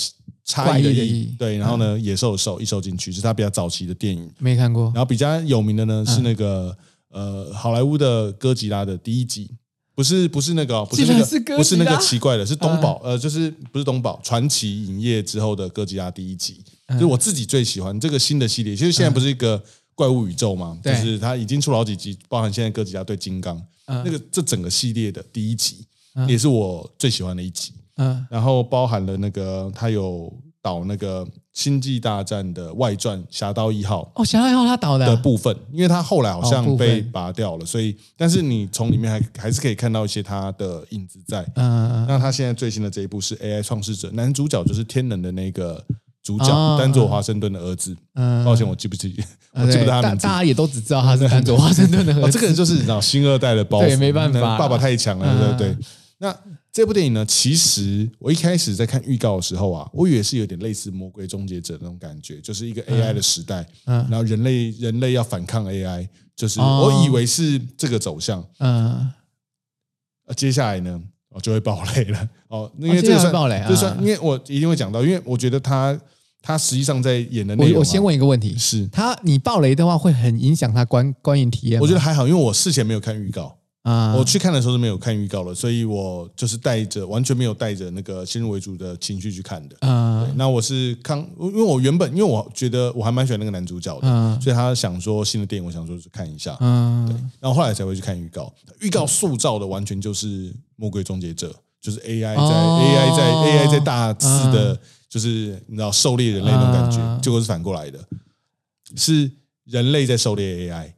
Speaker 1: 差异的
Speaker 3: 怪异的
Speaker 1: 异
Speaker 3: 异，
Speaker 1: 对，然后呢野兽的兽，异兽进去是他比较早期的电影。
Speaker 3: 没看过
Speaker 1: 然。后比较有名的
Speaker 3: 嗯
Speaker 1: 呢是那个、呃好莱坞的哥吉拉的第一集，不是不是那个哦、不是那
Speaker 3: 竟
Speaker 1: 个
Speaker 3: 然是哥吉拉嗯
Speaker 1: 不是那个奇怪的，是东宝、呃就是不是东宝传奇影业之后的哥吉拉第一集，
Speaker 3: 嗯
Speaker 1: 就是我自己最喜欢这个新的系列，其实现在不是一个。怪物宇宙嘛，就
Speaker 3: 嗯对嗯
Speaker 1: 是它已经出了好几集，包含现在哥吉拉对金刚、那个这整个系列的第一集，也是我最喜欢的一集。
Speaker 3: 嗯，
Speaker 1: 然后包含了那个他有导那个《星际大战》的外传《侠盗一号》，
Speaker 3: 哦，想要他导的
Speaker 1: 的
Speaker 3: 啊，
Speaker 1: 部分，因为他后来好
Speaker 3: 哦部
Speaker 1: 像
Speaker 3: 分
Speaker 1: 被拔掉了，所以但是你从里面还还是可以看到一些他的影子在。
Speaker 3: 嗯，
Speaker 1: 那他现在最新的这一部是 AI 创世者，男主角就是天能的那个主
Speaker 3: 哦
Speaker 1: 角丹佐华盛顿的儿子。
Speaker 3: 嗯
Speaker 1: 抱歉，我记不起，
Speaker 3: 啊
Speaker 1: 我记不
Speaker 3: 对
Speaker 1: 得他
Speaker 3: 大
Speaker 1: 的名字。
Speaker 3: 大家也都只知 道他是丹佐华盛顿的儿
Speaker 1: 哦，
Speaker 3: 子。
Speaker 1: 这个人就是你知道新二代的包袱，
Speaker 3: 对没办法
Speaker 1: 爸爸太强了，对
Speaker 3: 嗯
Speaker 1: 不对？那这部电影呢，其实我一开始在看预告的时候啊，我以为是有点类似《魔鬼终结者》那种感觉，就是一个 AI 的时代，
Speaker 3: 嗯
Speaker 1: 然后人类人类要反抗 AI，就是
Speaker 3: 哦
Speaker 1: 我以为是这个走向。
Speaker 3: 嗯，
Speaker 1: 呃接下来呢，我就会爆雷了哦，因为这
Speaker 3: 接
Speaker 1: 个
Speaker 3: 下来
Speaker 1: 算
Speaker 3: 爆雷啊
Speaker 1: 这算，因为我一定会讲到，因为我觉得他他实际上在演的内容啊、
Speaker 3: 我我先问一个问题，
Speaker 1: 是，
Speaker 3: 他你爆雷的话会很影响他观观影体验吗。
Speaker 1: 我觉得还好，因为我事前没有看预告。
Speaker 3: 啊，
Speaker 1: 我去看的时候是没有看预告了，所以我就是带着完全没有带着那个先入为主的情绪去看的。
Speaker 3: 嗯
Speaker 1: 那我是看，因为我原本因为我觉得我还蛮喜欢那个男主角的，
Speaker 3: 嗯
Speaker 1: 所以他想说新的电影，我想说去看一下，
Speaker 3: 嗯，
Speaker 1: 然后后来才会去看预告。预告塑造的完全就是《魔鬼终结者》，就是 AI 在、
Speaker 3: 哦
Speaker 1: AI 在 AI 在大肆的，就是你知道狩猎人类那种感觉，
Speaker 3: 嗯
Speaker 1: 结果是反过来的，是人类在狩猎 AI。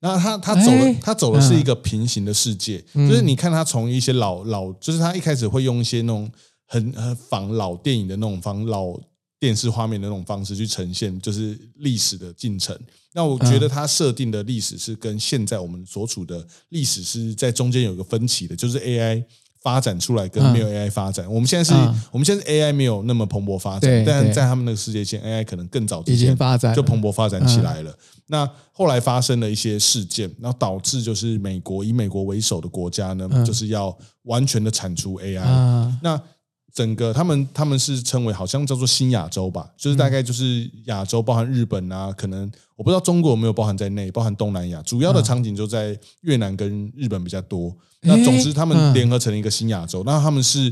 Speaker 1: 那他他走了
Speaker 3: 哎，嗯
Speaker 1: 他走的是一个平行的世界，就是你看他从一些老老，就是他一开始会用一些那种很很仿老电影的那种仿老电视画面的那种方式去呈现，就是历史的进程。那我觉得
Speaker 3: 嗯
Speaker 1: 他设定的历史是跟现在我们所处的历史是在中间有个分歧的，就是 AI 发展出来跟没有 AI 发展。我们现在是
Speaker 3: 嗯，
Speaker 1: 我们现在是 AI 没有那么蓬勃发展，
Speaker 3: 对
Speaker 1: 但
Speaker 3: 对
Speaker 1: 在他们那个世界线，AI 可能更早之
Speaker 3: 已经
Speaker 1: 前
Speaker 3: 发展了嗯
Speaker 1: 就蓬勃发展起来了。那后来发生了一些事件，然后导致就是美国以美国为首的国家
Speaker 3: 嗯
Speaker 1: 呢，就是要完全的铲除 AI。
Speaker 3: 啊
Speaker 1: 那整个他们他们是称为好像叫做新亚洲吧，就是大概就是亚洲包含日本啊，可能我不知道中国有没有包含在内，包含东南亚，主要的场景就在越南跟日本比较多。那总之他
Speaker 3: 嗯
Speaker 1: 们联合成了一个新亚洲，那他们是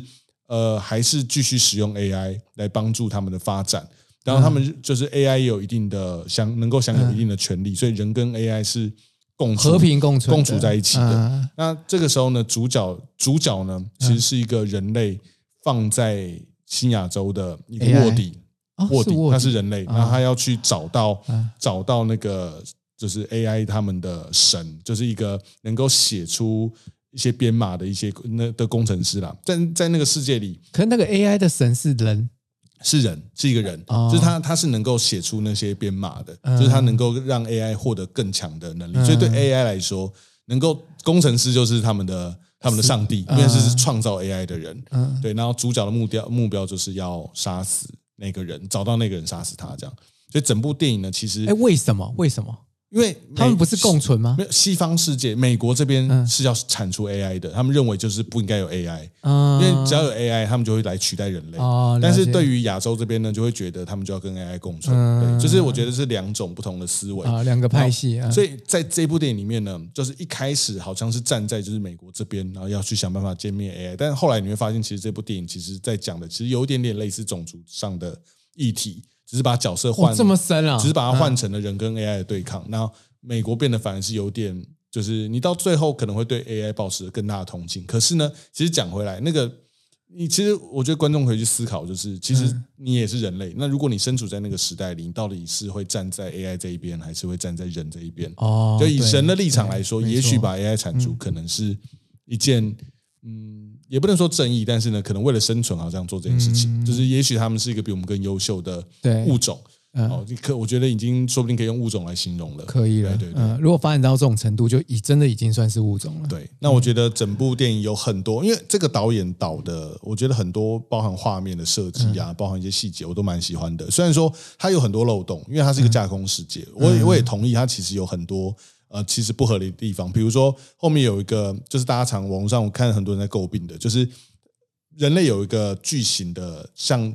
Speaker 1: 呃还是继续使用 AI 来帮助他们的发展。然后他们就是 AI 也有一定的享能够享有一定的权利，所以人跟 AI 是共处
Speaker 3: 和平共存的
Speaker 1: 共处在一起的。
Speaker 3: 嗯
Speaker 1: 那这个时候呢，主角主角呢，其实是一个人类放在新亚洲的一个
Speaker 3: AI
Speaker 1: 卧底，
Speaker 3: 哦
Speaker 1: 卧
Speaker 3: 是
Speaker 1: 底
Speaker 3: 卧底啊
Speaker 1: 他是人类，那他要去找到
Speaker 3: 嗯
Speaker 1: 找到那个就是 AI 他们的神，就是一个能够写出一些编码的一些那的工程师啦，但在那个世界里
Speaker 3: 可是那个 AI 的神是人，
Speaker 1: 是人，是一个人，
Speaker 3: 哦
Speaker 1: 就是他，他是能够写出那些编码的，
Speaker 3: 嗯
Speaker 1: 就是他能够让 AI 获得更强的能力。
Speaker 3: 嗯
Speaker 1: 所以对 AI 来说，能够工程师就是他们的他们的上帝，因
Speaker 3: 嗯
Speaker 1: 为这是创造 AI 的人。
Speaker 3: 嗯
Speaker 1: 对，然后主角的目标目标就是要杀死那个人，找到那个人，杀死他，这样。所以整部电影呢，其实
Speaker 3: 哎，为什么？为什么？
Speaker 1: 因为美
Speaker 3: 哎他们不是共嗯存吗
Speaker 1: 没？有西方世界，美国这边是要铲除 AI 的，他们认为就是不应该有 AI，、
Speaker 3: 嗯，
Speaker 1: 因为只要有 AI，他们就会来取代人类。
Speaker 3: 哦，
Speaker 1: 但是对
Speaker 3: 于
Speaker 1: 于亚洲这边呢，就会觉得他们就要跟 AI 共存，
Speaker 3: 嗯
Speaker 1: 对，就是我觉得是两种不同的思维。
Speaker 3: 啊两个派系啊，
Speaker 1: 所以在这部电影里面呢，就是一开始好像是站在就是美国这边，然后要去想办法歼灭 AI，但是后来你会发现，其实这部电影其实在讲的其实有一点点类似种族上的议题，只是把角色
Speaker 3: 哇
Speaker 1: 换
Speaker 3: 这么深啊，
Speaker 1: 只是把它换成了人跟 AI 的对抗。那美国变得反而是有点，就是你到最后可能会对 AI 抱持更大的同情。可是呢，其实讲回来，那个你其实我觉得观众可以去思考，就是其
Speaker 3: 嗯
Speaker 1: 实你也是人类。那如果你身处在那个时代里，你到底是会站在 AI 这一边，还是会站在人这一边？
Speaker 3: 哦，
Speaker 1: 就以
Speaker 3: 对
Speaker 1: 神的立场来说，
Speaker 3: 对没
Speaker 1: 也许
Speaker 3: 错嗯
Speaker 1: 把 AI 铲除可能是一件，嗯，也不能说正义，但是呢，可能为了生存好像做这件事情，
Speaker 3: 嗯
Speaker 1: 就是也许他们是一个比我们更优秀的
Speaker 3: 对
Speaker 1: 物种，
Speaker 3: 嗯
Speaker 1: 哦，你可我觉得已经说不定可以用物种来形容了，
Speaker 3: 可以了，
Speaker 1: 对对对。
Speaker 3: 嗯，如果发展到这种程度，就已真的已经算是物种了，嗯
Speaker 1: 对，那我觉得整部电影有很多，因为这个导演导的，我觉得很多包含画面的设计
Speaker 3: 嗯
Speaker 1: 啊，包含一些细节，我都蛮喜欢的。虽然说它有很多漏洞，因为它
Speaker 3: 嗯
Speaker 1: 是一个架空世界，我也我也同意它其实有很多呃其实不合理的地方，比如说后面有一个就是大家常网络上我看很多人在诟病的，就是人类有一个巨型的像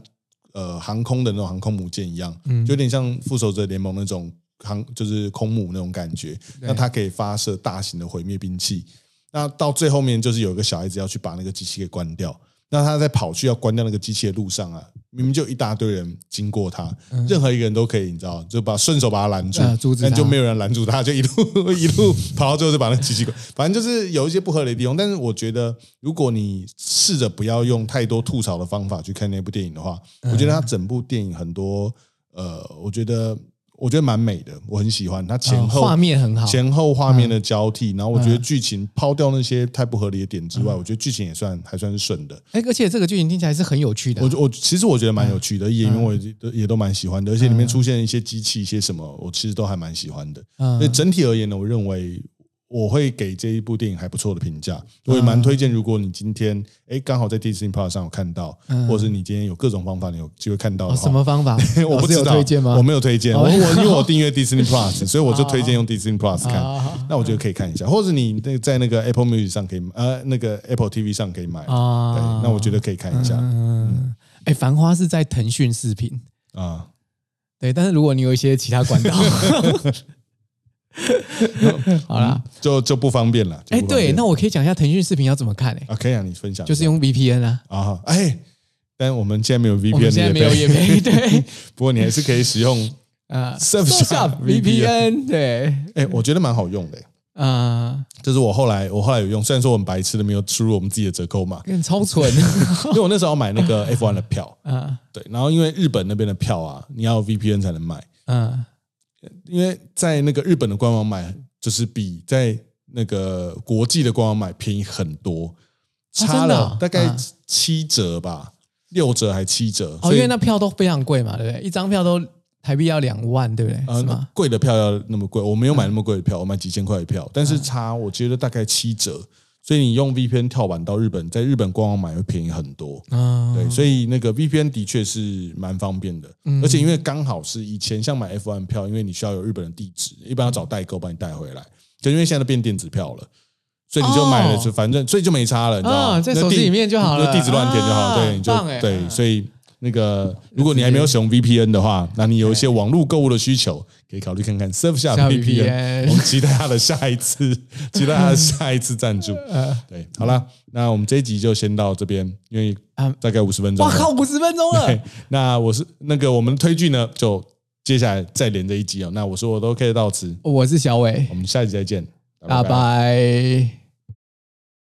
Speaker 1: 呃航空的那种航空母舰一样，就有点像复仇者联盟那种航就是空母那种感觉。
Speaker 3: 对
Speaker 1: 那它可以发射大型的毁灭兵器。那到最后面就是有一个小孩子要去把那个机器给关掉。那他在跑去要关掉那个机器的路上啊，明明就一大堆人经过他，任何一个人都可以，你知道，就把顺手把他拦住
Speaker 3: 呃，嗯阻止他
Speaker 1: 但就没有人拦住他，就一路 一路跑到最后就把那个机器关。反正就是有一些不合理的地方，但是我觉得，如果你试着不要用太多吐槽的方法去看那部电影的话，
Speaker 3: 嗯
Speaker 1: 我觉得它整部电影很多，呃，我觉得我觉得蛮美的，我很喜欢它前
Speaker 3: 嗯
Speaker 1: 后
Speaker 3: 画面很好，嗯
Speaker 1: 前后画面的交替，然后我觉得剧情抛掉那些太不合理的点之外，我觉得剧情也算还算是顺的。
Speaker 3: 哎，而且这个剧情听起来是很有趣的啊
Speaker 1: 我，我其实我觉得蛮有趣的，演员我
Speaker 3: 嗯
Speaker 1: 也都也都蛮喜欢的，而且里面出现一些机器、一些什么，我其实都还蛮喜欢的。所以
Speaker 3: 嗯，
Speaker 1: 整体而言呢，我认为我会给这一部电影还不错的评价。我也蛮
Speaker 3: 嗯
Speaker 1: 推荐，如果你今天哎刚好在 Disney Plus 上有看到，或者是你今天有各种方法，你有机会看到
Speaker 3: 嗯哦
Speaker 1: 的
Speaker 3: 什
Speaker 1: 话，？
Speaker 3: 么方法
Speaker 1: 我不
Speaker 3: 老师
Speaker 1: 知
Speaker 3: 有
Speaker 1: 道
Speaker 3: 推荐吗？哦
Speaker 1: 我没有推荐，我我因为我订阅 Disney Plus，所以我就推荐用 Disney Plus 看
Speaker 3: 好好好。
Speaker 1: 那我觉得可以看一下，或者你那在那个 Apple Music 上可以呃那个 Apple TV 上可以买。对，
Speaker 3: 啊，
Speaker 1: 那我觉得可以看一下
Speaker 3: 嗯，哎，《繁花》是在腾讯视频，
Speaker 1: 啊。
Speaker 3: 对，但是如果你有一些其 他管道，好啦，
Speaker 1: 嗯就就不方便了。就
Speaker 3: 哎，
Speaker 1: 不方便
Speaker 3: 对，那我可以讲一下腾讯视频要怎么看哎，
Speaker 1: 啊可以啊，你分享一下
Speaker 3: 就是用 VPN 啊，
Speaker 1: 啊哎，但我们现在没有
Speaker 3: 我们
Speaker 1: VPN，
Speaker 3: 现在
Speaker 1: 的
Speaker 3: 没有
Speaker 1: 业
Speaker 3: 也
Speaker 1: 配
Speaker 3: 没对，
Speaker 1: 不过你还是可以使用。
Speaker 3: 啊
Speaker 1: Surf Shop
Speaker 3: VPN 对，
Speaker 1: 哎，我觉得蛮好用的。
Speaker 3: 啊，
Speaker 1: 就是我后来我后来有用，虽然说我们白痴的没有输入我们自己的折 扣码，
Speaker 3: 更超纯
Speaker 1: 因为我那时候买那个 F1 的票，
Speaker 3: 啊
Speaker 1: 对，然后因为日本那边的票啊，你要有 VPN 才能买，
Speaker 3: 啊
Speaker 1: 因为在那个日本的官网买，就是比在那个国际的官网买便宜很多，差
Speaker 3: 真的
Speaker 1: 了
Speaker 3: 啊
Speaker 1: 大概
Speaker 3: 嗯
Speaker 1: 七折吧，六折还七折，
Speaker 3: 哦，
Speaker 1: 所
Speaker 3: 因
Speaker 1: 以
Speaker 3: 为那票都非常贵嘛，对不对？一张票都台币要两万，对不对？是
Speaker 1: 呃
Speaker 3: 吗？
Speaker 1: 贵的票要那么贵，我没有买那么贵的票，我买几千块的
Speaker 3: 嗯
Speaker 1: 票，但是差我觉得大概七折，所以你用 VPN 跳板到日本，在日本官网买会便宜很多。
Speaker 3: 啊，
Speaker 1: 对，所以那个 VPN 的确是蛮方便的，
Speaker 3: 嗯
Speaker 1: 而且因为刚好是以前像买 F1 票，因为你需要有日本的地址，一般要找代购帮你带回来，就因为现在都变电子票了。所以你就买了，
Speaker 3: 哦
Speaker 1: 就反正所以就没差了，你知道吗？
Speaker 3: 啊在
Speaker 1: 那
Speaker 3: 手机
Speaker 1: 地
Speaker 3: 里面就好了
Speaker 1: 那地址乱填就好，
Speaker 3: 啊
Speaker 1: 对，你
Speaker 3: 棒欸
Speaker 1: 就对。
Speaker 3: 嗯
Speaker 1: 所以那个，如果你还没有使用 VPN 的话，那你有一些网络购物的需求，可以考虑看看 Surf 下
Speaker 3: 下
Speaker 1: VPN。
Speaker 3: VPN
Speaker 1: 我们期待它的下一次， 期待它的下一次赞 助。
Speaker 3: 呃
Speaker 1: 对，好啦，那我们这一集就先到这边，因为
Speaker 3: 啊
Speaker 1: 大概五十分钟
Speaker 3: 哇
Speaker 1: 了。
Speaker 3: 靠，五十分钟了
Speaker 1: 对，那我是那个我们推剧呢，就接下来再连着一集哦。那我说我都 OK 到此，
Speaker 3: 我是小伟啊
Speaker 1: 我，们下集再见，
Speaker 3: 拜拜。